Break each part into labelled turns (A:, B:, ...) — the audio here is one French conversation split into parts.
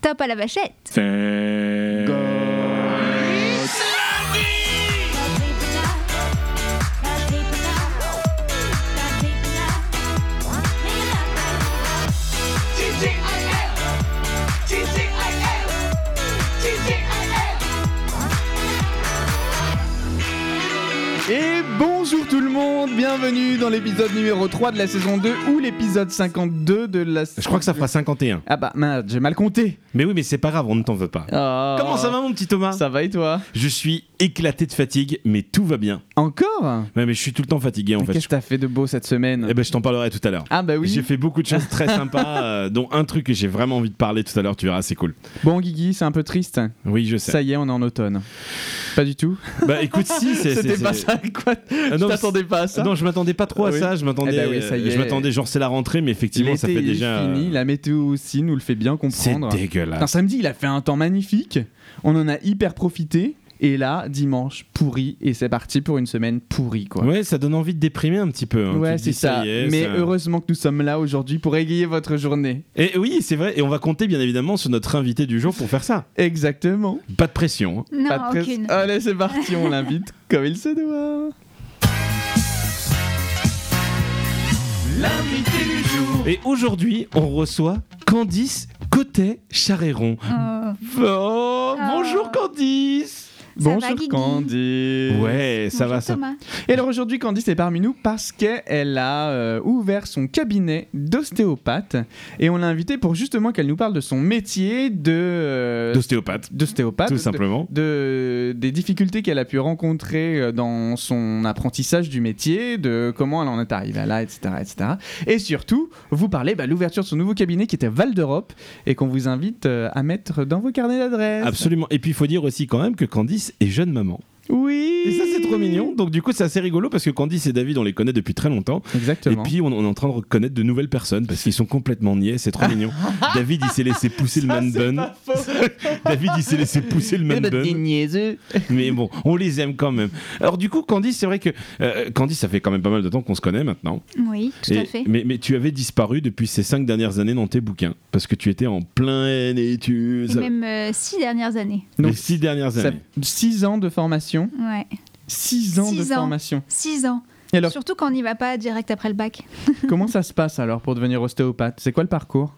A: Top à la vachette
B: C'est-
C: Et bonjour tout le monde, bienvenue dans l'épisode numéro 3 de la saison 2 ou l'épisode 52 de la...
B: Je crois que ça fera 51.
C: Ah bah merde, j'ai mal compté.
B: Mais oui, mais c'est pas grave, on ne t'en veut pas. Comment ça va, mon petit Thomas
C: Ça va et toi
B: Je suis éclaté de fatigue, mais tout va bien.
C: Encore
B: Ouais, mais je suis tout le temps fatigué en fait.
C: Qu'est-ce que t'as fait de beau cette semaine
B: Eh ben, je t'en parlerai tout à l'heure.
C: Ah bah oui.
B: J'ai fait beaucoup de choses très sympas, euh, dont un truc que j'ai vraiment envie de parler tout à l'heure, tu verras, c'est cool.
C: Bon Guigui, c'est un peu triste.
B: Oui, je sais.
C: Ça y est, on est en automne. Pas du tout.
B: Bah écoute, si, c'est. c'est- c'est-
C: quoi.
B: Ah,
C: Je
B: non, mais
C: t'attendais pas à ça.
B: Non, je m'attendais pas trop à
C: Ah oui.
B: ça. Je m'attendais,
C: Eh ben oui, ça y
B: euh,
C: est.
B: je m'attendais genre c'est la rentrée, mais effectivement, ça
C: L'été
B: fait
C: est
B: déjà. euh,
C: fini, la météo aussi nous le fait bien
B: C'est
C: comprendre. Un
B: dégueulasse.
C: samedi, il a fait un temps magnifique. On en a hyper profité. Et là, dimanche, pourri. Et c'est parti pour une semaine pourrie, quoi.
B: Ouais, ça donne envie de déprimer un petit peu. hein.
C: Ouais,
B: Tu te
C: c'est
B: dis,
C: ça.
B: y est,
C: Mais
B: ça-
C: heureusement que nous sommes là aujourd'hui pour égayer votre journée.
B: Et oui, c'est vrai. Et on va compter bien évidemment sur notre invité du jour pour faire ça.
C: Exactement.
B: Pas de pression. hein.
A: Non,
C: Pas de presse.
A: aucune.
C: Allez, c'est parti, on l'invite comme il se doit. L'invité du jour.
B: Et aujourd'hui, on reçoit Candice Cotet Charéron.
A: Oh.
C: Oh,
A: Ah.
C: Bonjour Candice.
A: Ça va,
C: Bonjour
A: Guigui
C: Candice.
B: Ouais, ça
A: Bonjour,
B: va ça.
A: Thomas.
C: Et alors aujourd'hui, Candice est parmi nous parce qu'elle a euh, ouvert son cabinet d'ostéopathe et on l'a invitée pour justement qu'elle nous parle de son métier de euh,
B: D'ostéopathe,
C: d'ostéopathe.
B: tout
C: de-
B: simplement.
C: de, des difficultés qu'elle a pu rencontrer euh, dans son apprentissage du métier, de comment elle en est arrivée là, etc. etc. Et surtout, vous parlez bah, l'ouverture de son nouveau cabinet qui était Val d'Europe et qu'on vous invite euh, à mettre dans vos carnets d'adresses.
B: Absolument. Et puis il faut dire aussi quand même que Candice est jeune maman.
C: Oui
B: Et ça c'est trop mignon. Donc du coup c'est assez rigolo parce que Candice et David on les connaît depuis très longtemps.
C: Exactement.
B: Et puis on, on est en train de reconnaître de nouvelles personnes parce qu'ils sont complètement niais. C'est trop mignon. David il s'est laissé pousser le
C: Ah,
B: man
C: c'est
B: bun.
C: pas faux.
B: David il s'est laissé pousser le man
C: Eh ben,
B: bun.
C: t'es niaiseux.
B: Mais bon, on les aime quand même. Alors du coup, Candice, c'est vrai que euh, Candice, ça fait quand même pas mal de temps qu'on se connaît maintenant.
A: Oui, tout
B: Et-
A: à fait.
B: Mais, mais tu avais disparu depuis ces cinq dernières années dans tes bouquins parce que tu étais en pleine étude.
A: Et même euh, six dernières années.
B: Les
C: Donc,
B: six dernières
C: Ça-
B: années.
C: Six ans de formation.
A: Ouais.
C: Six ans de
A: Six ans.
C: formation.
A: Six ans.
C: Et alors,
A: Surtout quand on n'y va pas direct après le bac.
C: comment ça se passe alors pour devenir ostéopathe C'est quoi le parcours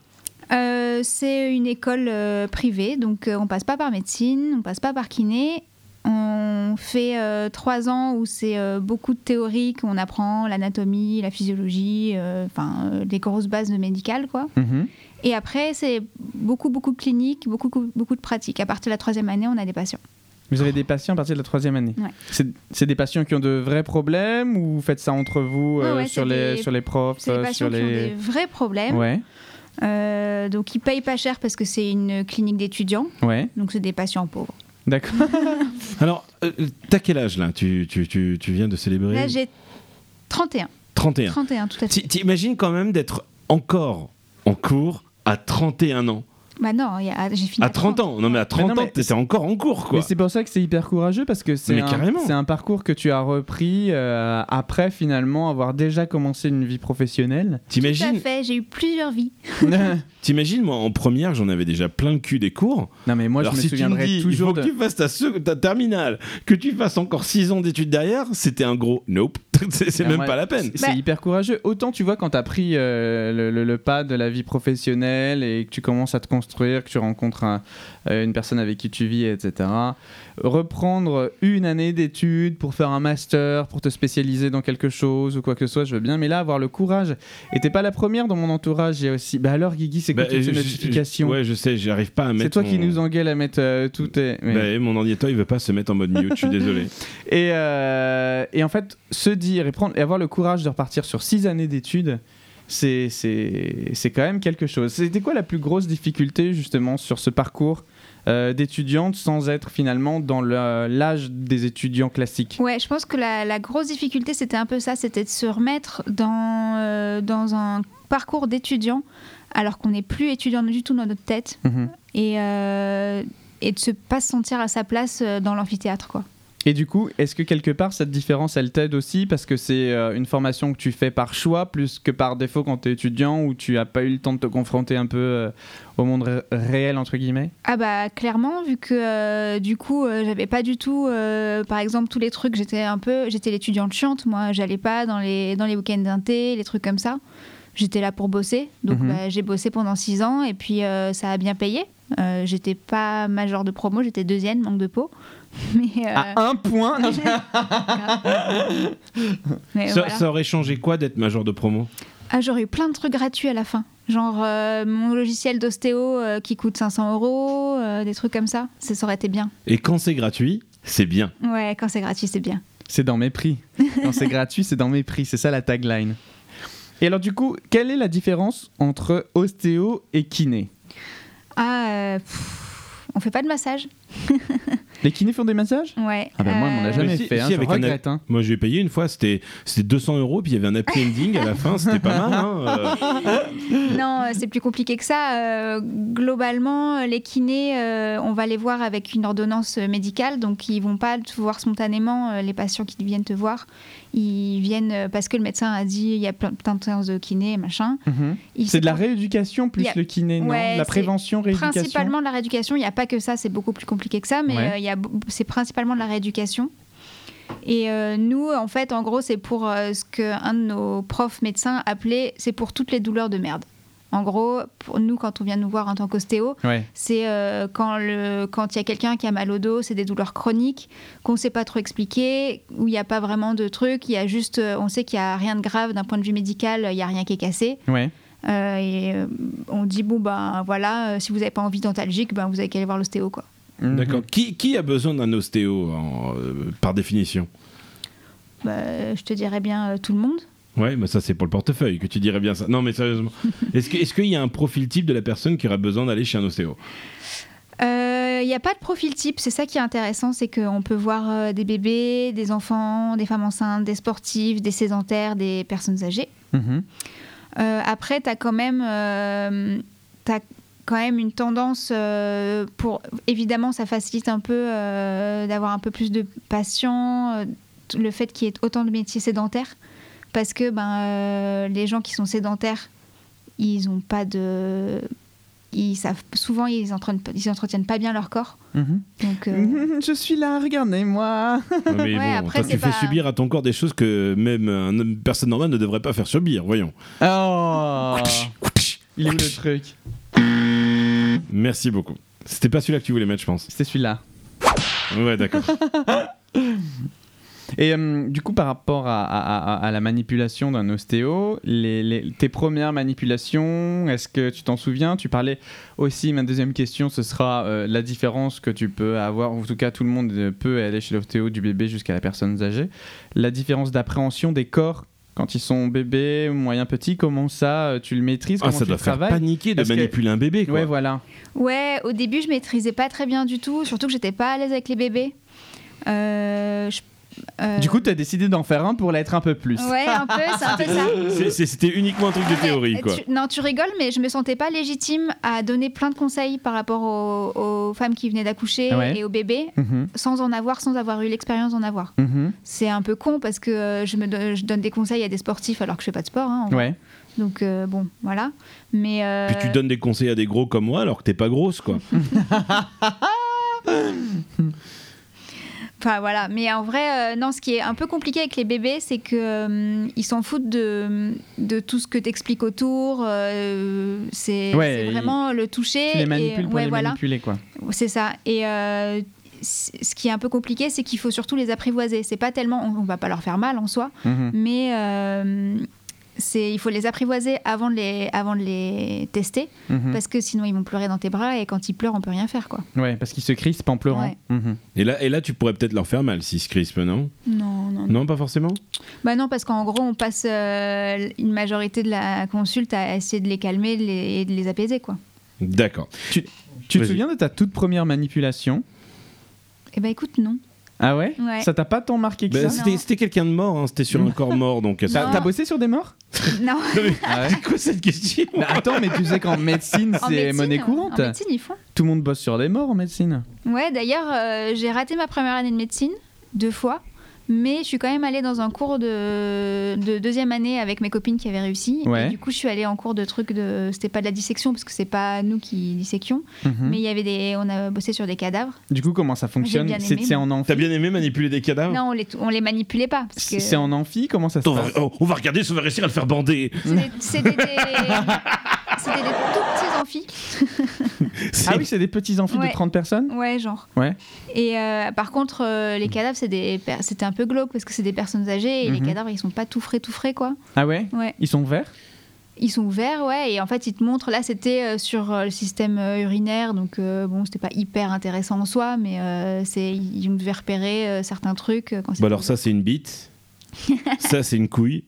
A: Euh, c'est une école euh, privée, donc euh, on passe pas par médecine, on passe pas par kiné. On fait euh, trois ans où c'est euh, beaucoup de théorique, on apprend l'anatomie, la physiologie, euh, enfin euh, les grosses bases de médical quoi.
C: Mhm.
A: Et après c'est beaucoup beaucoup de clinique, beaucoup beaucoup de pratique. À partir de la troisième année, on a des patients.
C: Vous avez des patients à partir de la troisième année.
A: Ouais.
C: C'est c'est des patients qui ont de vrais problèmes ou vous faites ça entre vous euh,
A: Ouais, ouais, c'est
C: sur, les,
A: des-
C: sur les profs
A: C'est
C: euh,
A: des patients
C: sur
A: qui ont
C: les...
A: des vrais problèmes,
C: Ouais,
A: Euh, donc ils payent pas cher parce que c'est une clinique d'étudiants,
C: ouais,
A: donc c'est des patients pauvres.
C: d'accord.
B: Alors, euh, t'as quel âge là tu, tu, tu, tu viens de célébrer
A: Là j'ai 31,
B: 31.
A: 31 tout à fait.
B: Ti- T'imagines quand même d'être encore en cours à 31 ans.
A: Bah non, il y a- j'ai fini
B: À 30 ans. Non mais à 30
C: non,
B: ans,
C: mais-
B: t'es t'es encore en cours quoi.
C: Mais c'est pour ça que c'est hyper courageux parce que c'est
B: Mais
C: un,
B: carrément.
C: c'est un parcours que tu as repris euh, après finalement avoir déjà commencé une vie professionnelle.
A: Tout à
B: T'imagines
A: fait, j'ai eu plusieurs vies.
C: non
B: T'imagines, moi en première, j'en avais déjà plein le cul des cours.
C: mais moi
B: Alors
C: je me
B: si tu me
C: souviendrai
B: dis, il faut
C: toujours
B: que
C: de...
B: tu fasses ta, sec- ta terminale, que tu fasses encore 6 ans d'études derrière, c'était un gros nope. c'est c'est
C: Non,
B: même
C: moi,
B: pas la peine.
C: Ah, c'est- C'est
A: Bah-
C: hyper courageux. Autant tu vois quand t'as pris euh, le, le- le pas de la vie professionnelle et que tu commences à te construire, que tu rencontres un- euh, une personne avec qui tu vis, etc. Reprendre une année d'études pour faire un master, pour te spécialiser dans quelque chose ou quoi que ce soit, je veux bien. Mais là, avoir le courage. Et t'es pas la première dans mon entourage. Il y a aussi. Bah alors, Guigui, c'est quoi
B: Bah,
C: toutes
B: je-
C: ces
B: je-
C: notifications
B: Ouais, je sais, j'arrive pas à mettre.
C: C'est toi qui
B: mon-
C: nous engueule à mettre euh, tout. tes- Mais-
B: Bah, mon ordinateur, il veut pas se mettre en mode mute, je suis désolé.
C: Et, euh, et en fait, se dire et, prendre, et avoir le courage de repartir sur six années d'études, c'est c'est c'est quand même quelque chose. C'était quoi la plus grosse difficulté justement sur ce parcours euh, d'étudiante sans être finalement dans le- l'âge des étudiants classiques
A: Ouais, je pense que la, la grosse difficulté, c'était un peu ça, c'était de se remettre dans, euh, dans un parcours d'étudiant, alors qu'on n'est plus étudiant du tout dans notre tête,
C: Mhm.
A: et, euh, et de se pas se sentir à sa place euh, dans l'amphithéâtre, quoi.
C: Et du coup, est-ce que quelque part cette différence elle t'aide aussi parce que c'est euh, une formation que tu fais par choix plus que par défaut quand tu es étudiant ou tu as pas eu le temps de te confronter un peu euh, au monde ré- réel entre guillemets
A: Ah bah clairement, vu que euh, du coup euh, j'avais pas du tout, euh, par exemple tous les trucs, j'étais un peu, j'étais l'étudiante chiante, moi j'allais pas dans les, dans les week-ends d'inté, les trucs comme ça. J'étais là pour bosser, donc
C: Mhm.
A: bah, j'ai bossé pendant six ans et puis euh, ça a bien payé. Euh, j'étais pas major de promo, j'étais deuxième, manque de peau. Mais, euh,
C: À un point non,
A: mais
B: ça,
A: voilà.
B: ça aurait changé quoi d'être major de promo
A: Ah, j'aurais eu plein de trucs gratuits à la fin. Genre euh, mon logiciel d'ostéo euh, qui coûte 500 euros, euh, des trucs comme ça. Ça ça aurait été bien.
B: Et quand c'est gratuit, c'est bien.
A: Ouais, quand c'est gratuit, c'est bien.
C: C'est dans mes prix. Quand c'est gratuit, c'est dans mes prix. C'est ça la tagline. Et alors du coup, quelle est la différence entre ostéo et kiné
A: Ah, euh, pff, on fait pas de massage.
C: Les kinés font des massages
A: Ouais.
C: Ah ben moi, on
A: Euh,
C: m'en a jamais
B: Mais si-
C: fait. hein,
B: si,
C: je
B: avec un
C: regrette. hein.
B: Moi, j'ai payé une fois, c'était c'était 200 euros, puis il y avait un happy ending à la fin, c'était pas mal. hein, euh.
A: Non, euh, c'est plus compliqué que ça. Euh, globalement, euh, les kinés, euh, on va les voir avec une ordonnance euh, médicale, donc ils vont pas te voir spontanément. euh, les patients qui viennent te voir, ils viennent euh, parce que le médecin a dit il y a plein, plein de séances de kiné, machin.
C: Mhm.
A: Ils-
C: C'est de la rééducation plus
A: Yeah.
C: le kiné, non
A: Ouais,
C: La
A: c'est
C: prévention, rééducation.
A: Principalement de la rééducation, il n'y a pas que ça, c'est beaucoup plus compliqué que ça, mais
C: Ouais.
A: euh, il y a b- c'est principalement de la rééducation. Et euh, nous, en fait, en gros, c'est pour euh, ce qu'un de nos profs médecins appelait, c'est pour toutes les douleurs de merde. En gros, pour nous, quand on vient nous voir en tant qu'ostéo,
C: Ouais.
A: c'est euh, quand le- quand il y a quelqu'un qui a mal au dos, c'est des douleurs chroniques qu'on ne sait pas trop expliquer, où il n'y a pas vraiment de truc, il y a juste, euh, on sait qu'il n'y a rien de grave d'un point de vue médical, il n'y a rien qui est cassé.
C: Ouais.
A: Euh, et euh, on dit, bon, ben voilà, euh, si vous n'avez pas envie d'antalgique, ben vous avez qu'à aller voir l'ostéo, quoi.
C: Mhm.
B: D'accord. Qui, qui a besoin d'un ostéo en, euh, par définition
A: Ben, je te dirais bien euh, tout le monde.
B: Ouais, mais ça c'est pour le portefeuille que tu dirais bien ça. Non, mais sérieusement, est-ce que- est-ce qu'il y a un profil type de la personne qui aura besoin d'aller chez un ostéo
A: Euh, Il n'y a pas de profil type, c'est ça qui est intéressant, c'est qu'on peut voir euh, des bébés, des enfants, des femmes enceintes, des sportifs, des sédentaires, des personnes âgées.
C: Mhm.
A: Euh, après, tu as quand même... euh, t'as quand même une tendance euh, pour évidemment ça facilite un peu euh, d'avoir un peu plus de patients euh, t- le fait qu'il y ait autant de métiers sédentaires parce que ben euh, les gens qui sont sédentaires ils ont pas de ils savent souvent ils entretiennent, ils entretiennent pas bien leur corps
C: Mhm.
A: donc euh,
C: Mhm, Je suis là, regardez-moi.
B: Ouais, mais
A: Ouais, après,
B: toi, tu
A: c'est
B: fais
A: pas-
B: subir à ton corps des choses que même un homme- une personne normale ne devrait pas faire subir, voyons.
C: Oh Il est où le truc
B: Merci beaucoup. C'était pas celui-là que tu voulais mettre, je pense.
C: C'était celui-là.
B: Ouais, d'accord.
C: Et euh, du coup, par rapport à, à- à- à la manipulation d'un ostéo, les- les- tes premières manipulations, est-ce que tu t'en souviens Tu parlais aussi, ma deuxième question, ce sera euh, la différence que tu peux avoir, en tout cas tout le monde euh, peut aller chez l'ostéo du bébé jusqu'à la personne âgée, la différence d'appréhension des corps quand ils sont bébés, moyens, petits, comment ça, euh, tu le maîtrises,
B: Ah,
C: comment
B: ça
C: tu
B: doit
C: le
B: faire
C: travailles
B: paniquer de
C: Est-ce que-
B: manipuler un bébé, quoi.
C: Ouais, voilà.
A: Ouais, au début, je maîtrisais pas très bien du tout, surtout que j'étais pas à l'aise avec les bébés. Euh, je- euh,
C: Du coup, tu as décidé d'en faire un pour l'être un peu plus.
A: ouais, un peu, c'est un peu ça.
B: C'est- c'est- C'était uniquement un truc de
A: Mais,
B: théorie,
A: euh,
B: quoi.
A: tu- non, tu rigoles, mais je me sentais pas légitime à donner plein de conseils par rapport aux, aux femmes qui venaient d'accoucher
C: Ouais.
A: et aux bébés,
C: Mhm,
A: sans en avoir, sans avoir eu l'expérience d'en avoir.
C: mhm,
A: C'est un peu con parce que euh, je, me don- je donne des conseils à des sportifs alors que je fais pas de sport. hein, en-
C: Ouais.
A: Donc euh, bon, voilà. Mais euh,
B: Puis tu donnes des conseils à des gros comme moi alors que t'es pas grosse, quoi.
A: Enfin voilà, mais en vrai, euh, non, ce qui est un peu compliqué avec les bébés, c'est que euh, ils s'en foutent de, de tout ce que t'expliques autour. euh, c'est
C: Ouais,
A: c'est
C: ils-
A: vraiment le toucher.
C: Tu les
A: et-
C: manipules pour
A: ouais,
C: les
A: voilà,
C: manipuler, quoi.
A: c'est ça. Et euh, c- ce qui est un peu compliqué, c'est qu'il faut surtout les apprivoiser. C'est pas tellement, on, on va pas leur faire mal en soi,
C: Mhm.
A: mais euh, c'est il faut les apprivoiser avant de les avant de les tester,
C: Mhm.
A: parce que sinon ils vont pleurer dans tes bras et quand ils pleurent, on peut rien faire quoi.
C: Ouais, parce qu'ils se crispent en pleurant.
A: Ouais.
C: Mhm.
B: Et là, et là, tu pourrais peut-être leur faire mal si se crispent, non
A: Non, non,
B: Non, pas forcément
A: Bah non, parce qu'en gros, on passe euh, une majorité de la consulte à essayer de les calmer de les- et de les apaiser, quoi.
B: D'accord.
C: Tu te
B: Vas-y.
C: souviens de ta toute première manipulation
A: Eh ben écoute, non.
C: Ah ouais,
A: Ouais.
C: Ça t'a pas tant marqué que
B: Bah,
C: ça
B: c'était c'était quelqu'un de mort, hein, c'était sur un corps mort, donc...
C: T'as
A: Non.
C: t'as bossé sur des morts
A: non.
C: Ah ouais
B: C'est quoi cette question
C: Bah, Attends, mais tu sais qu'en médecine,
A: En
C: c'est
A: médecine,
C: monnaie
A: euh,
C: courante.
A: En médecine, ils font.
C: Tout le monde bosse sur des morts en médecine.
A: Ouais, d'ailleurs, euh, j'ai raté ma première année de médecine. deux fois. Mais je suis quand même allée dans un cours de, de deuxième année avec mes copines qui avaient réussi.
C: Ouais.
A: Et du coup, je suis allée en cours de trucs de. C'était pas de la dissection, parce que c'est pas nous qui disséquions.
C: Mhm.
A: Mais il y avait des. On a bossé sur des cadavres.
C: Du coup, comment ça fonctionne
A: bien aimé,
C: C'est c'est
A: moi.
C: en amphi
B: T'as bien aimé manipuler des cadavres
A: Non, on les, on les manipulait pas. parce que-
C: Ah C'est en amphi Comment ça se
B: Attends, on va,
C: passe
B: oh, on va regarder si on va réussir à le faire bander.
A: C'était c'était des. C'était des tout petits amphis.
C: Ah oui, c'est des petits amphis
A: Ouais.
C: de 30 personnes
A: Ouais, genre.
C: Ouais.
A: Et euh, par contre, euh, les cadavres, c'est des per- c'était un peu glauque parce que c'est des personnes âgées et les
C: Mhm.
A: cadavres, ils sont pas tout frais, tout frais, quoi.
C: Ah ouais
A: Ouais.
C: Ils sont verts
A: Ils sont ouverts, ouais. Et en fait, ils te montrent. Là, c'était euh, sur euh, le système euh, urinaire, donc euh, bon, c'était pas hyper intéressant en soi, mais euh, c'est ils ont devait repérer euh, certains trucs euh, quand c'est.
B: Bah alors ça c'est une bite. ça c'est une couille.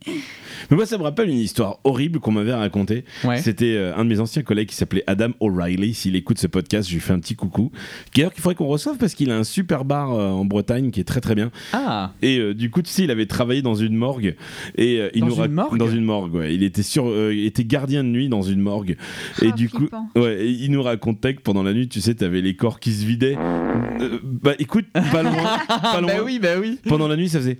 B: Mais moi ça me rappelle une histoire horrible qu'on m'avait racontée.
C: Ouais.
B: C'était euh, un de mes anciens collègues qui s'appelait Adam O'Reilly. S'il écoute ce podcast, je lui fais un petit coucou. D'ailleurs qu'il faudrait qu'on reçoive parce qu'il a un super bar euh, en Bretagne qui est très très bien.
C: Ah
B: Et euh, du coup tu sais il avait travaillé dans une morgue et euh, il
C: Dans
B: nous rac-
C: une morgue
B: dans une morgue. ouais. Il était sur, euh, il était gardien de nuit dans une morgue et
A: Ah,
B: du coup
A: flippant.
B: ouais et il nous racontait que pendant la nuit tu sais t'avais les corps qui se vidaient. Euh, bah écoute pas loin, pas loin.
C: Bah oui, bah oui
B: Pendant la nuit ça faisait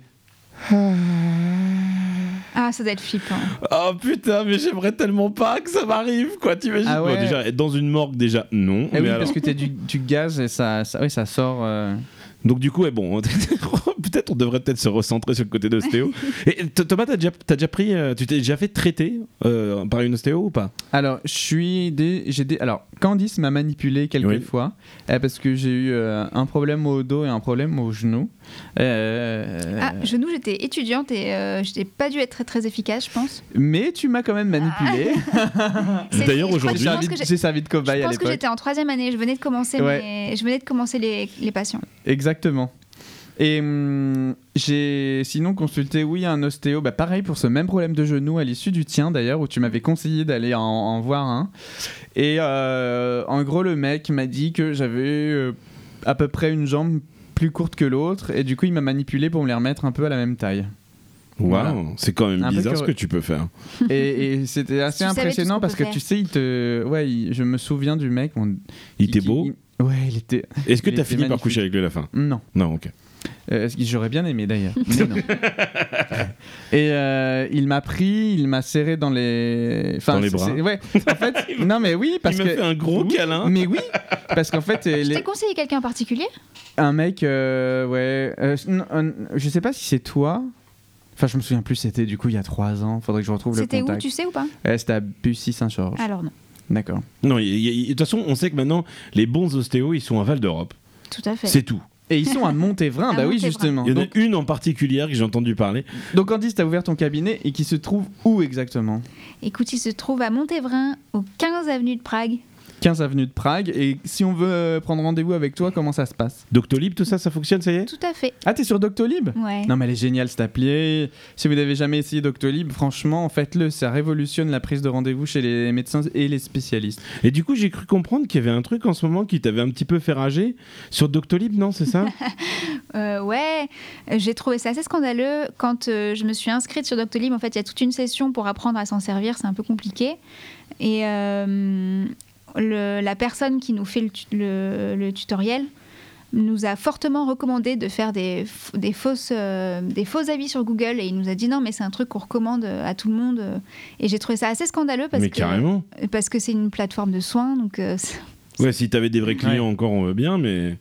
A: Ah, ça doit être flippant.
B: Oh putain, mais j'aimerais tellement pas que ça m'arrive, quoi, t'imagines
C: Ah ouais.
B: Bon, Déjà, être dans une morgue, déjà, non.
C: Eh
B: mais
C: oui,
B: alors-
C: parce que t'as du, du gaz et ça, ça, ouais, ça sort. euh.
B: Donc du coup, ouais, bon, peut-être on devrait peut-être se recentrer sur le côté d'ostéo. Et Th- Thomas, t'as déjà, t'as déjà pris, euh, tu t'es déjà fait traiter euh, par une ostéo ou pas
C: Alors, je suis. Des, j'ai des, alors, Candice m'a manipulé quelques
B: Oui.
C: fois euh, parce que j'ai eu euh, un problème au dos et un problème au genou. Euh,
A: Ah, genou, j'étais étudiante et euh, j'étais pas dû être très très efficace, je pense.
C: Mais tu m'as quand même manipulé.
A: C'est-
B: D'ailleurs,
A: je crois-
B: aujourd'hui-
A: je
C: J'ai
A: pense
C: servi,
A: que j'ai-
C: j'ai servi de cobaye
A: Ah. Je
C: à
A: pense que
C: l'époque.
A: j'étais en troisième année, je venais de commencer,
C: Ouais.
A: mes- je venais de commencer les, les patients.
C: Exactement. Et hum, j'ai sinon consulté, oui, un ostéo, bah pareil pour ce même problème de genou à l'issue du tien d'ailleurs, où tu m'avais conseillé d'aller en, en voir un. Et euh, en gros, le mec m'a dit que j'avais euh, à peu près une jambe plus courte que l'autre, et du coup, il m'a manipulé pour me les remettre un peu à la même taille.
B: Waouh,
C: Voilà.
B: c'est quand même
C: Un peu
B: bizarre ce
C: curieux.
B: que tu peux faire.
C: et et c'était assez
A: savais tout ce
C: impressionnant
A: qu'on
C: parce
A: peut
C: que
A: faire.
C: tu sais, il te. Ouais, il- je me souviens du mec. on-
B: Il était
C: qui-
B: beau
C: il- Ouais, il était.
B: Est-ce que
C: il
B: t'as
C: était
B: fini par
C: magnifique.
B: coucher avec lui à la fin
C: Non.
B: Non, ok.
C: Euh, ce que J'aurais bien aimé d'ailleurs. mais non. Et euh, il m'a pris, il m'a serré dans les,
B: Dans les bras.
C: c'est- ouais. En fait, non mais oui parce
B: Il
C: que.
B: m'a fait un gros
C: Oui,
B: câlin.
C: Mais oui, parce qu'en fait, euh,
A: Je
C: les-
A: t'ai conseillé quelqu'un en particulier
C: un mec, euh, ouais, euh, n- un- je sais pas si c'est toi. Enfin, je me souviens plus. C'était du coup il y a trois ans. Faudrait que je retrouve le
A: C'était où,
C: contact.
A: tu sais ou pas
C: Euh, C'était à Bussy Saint-Georges.
A: Alors non,
C: D'accord.
B: Non, il- il- il- de toute façon, on sait que maintenant, les bons ostéos, ils sont à Val d'Europe.
A: tout à fait.
B: C'est tout.
C: Et ils sont à Montévrain.
A: À
C: bah oui,
A: Montévrain.
C: justement.
B: Il y en a
C: Donc,
B: une en particulier que j'ai entendu parler.
C: donc Candice, t'as ouvert ton cabinet et qui se trouve où exactement
A: Écoute, il se trouve à Montévrain, au 15 avenue de Prague.
C: 15 avenue de Prague. Et si on veut euh, prendre rendez-vous avec toi, comment ça se passe
B: Doctolib, tout ça, ça fonctionne, ça y est
A: Tout à fait.
C: Ah, t'es sur Doctolib
A: Ouais.
C: Non, mais elle est géniale cette appli. Si vous n'avez jamais essayé Doctolib, franchement, faites-le. Ça révolutionne la prise de rendez-vous chez les médecins et les spécialistes.
B: Et du coup, j'ai cru comprendre qu'il y avait un truc en ce moment qui t'avait un petit peu fait rager sur Doctolib, non C'est ça
A: Euh, ouais, euh, j'ai trouvé ça assez scandaleux quand euh, je me suis inscrite sur Doctolib. En fait, il y a toute une session pour apprendre à s'en servir, c'est un peu compliqué. Et euh, le- la personne qui nous fait le, tu- le- le tutoriel nous a fortement recommandé de faire des, f- des fausses, euh, des faux avis sur Google et il nous a dit non mais c'est un truc qu'on recommande à tout le monde et j'ai trouvé ça assez scandaleux parce
B: Mais
A: que
B: carrément.
A: parce que c'est une plateforme de soins donc euh, c'est-
B: Ouais, si t'avais des vrais clients encore, on veut bien, mais.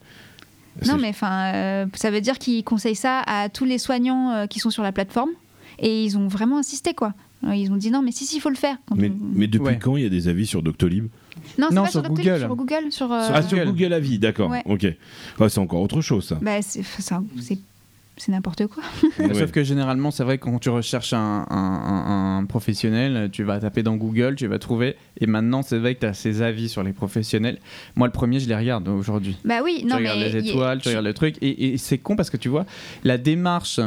A: Non,
B: C'est-
A: mais enfin, euh, ça veut dire qu'ils conseillent ça à tous les soignants euh, qui sont sur la plateforme. Et ils ont vraiment insisté, quoi. Alors, Ils ont dit non, mais si, si, il faut le faire. Quand
B: Mais,
A: on-
B: mais depuis
C: Ouais.
B: quand il y a des avis sur Doctolib
A: Euh, Non, c'est
C: Non,
A: pas
C: sur
A: sur, Doctolib,
C: Google.
A: sur Google. Sur, euh,
B: Ah, sur
C: Google.
B: Google Avis, d'accord,
A: Ouais.
B: ok. Ah, c'est encore autre chose, ça.
A: bah, c'est, c'est un- c'est- c'est n'importe quoi.
B: Ah Ouais.
C: Sauf que généralement, c'est vrai, quand tu recherches un, un- un- un professionnel, tu vas taper dans Google, tu vas trouver. Et maintenant, c'est vrai que tu as ces avis sur les professionnels. Moi, le premier, je les regarde aujourd'hui.
A: Bah oui,
C: Tu
A: non,
C: regardes
A: mais.
C: les
A: il y a-
C: étoiles, tu
A: je-
C: regardes le truc. Et, et c'est con parce que tu vois, la démarche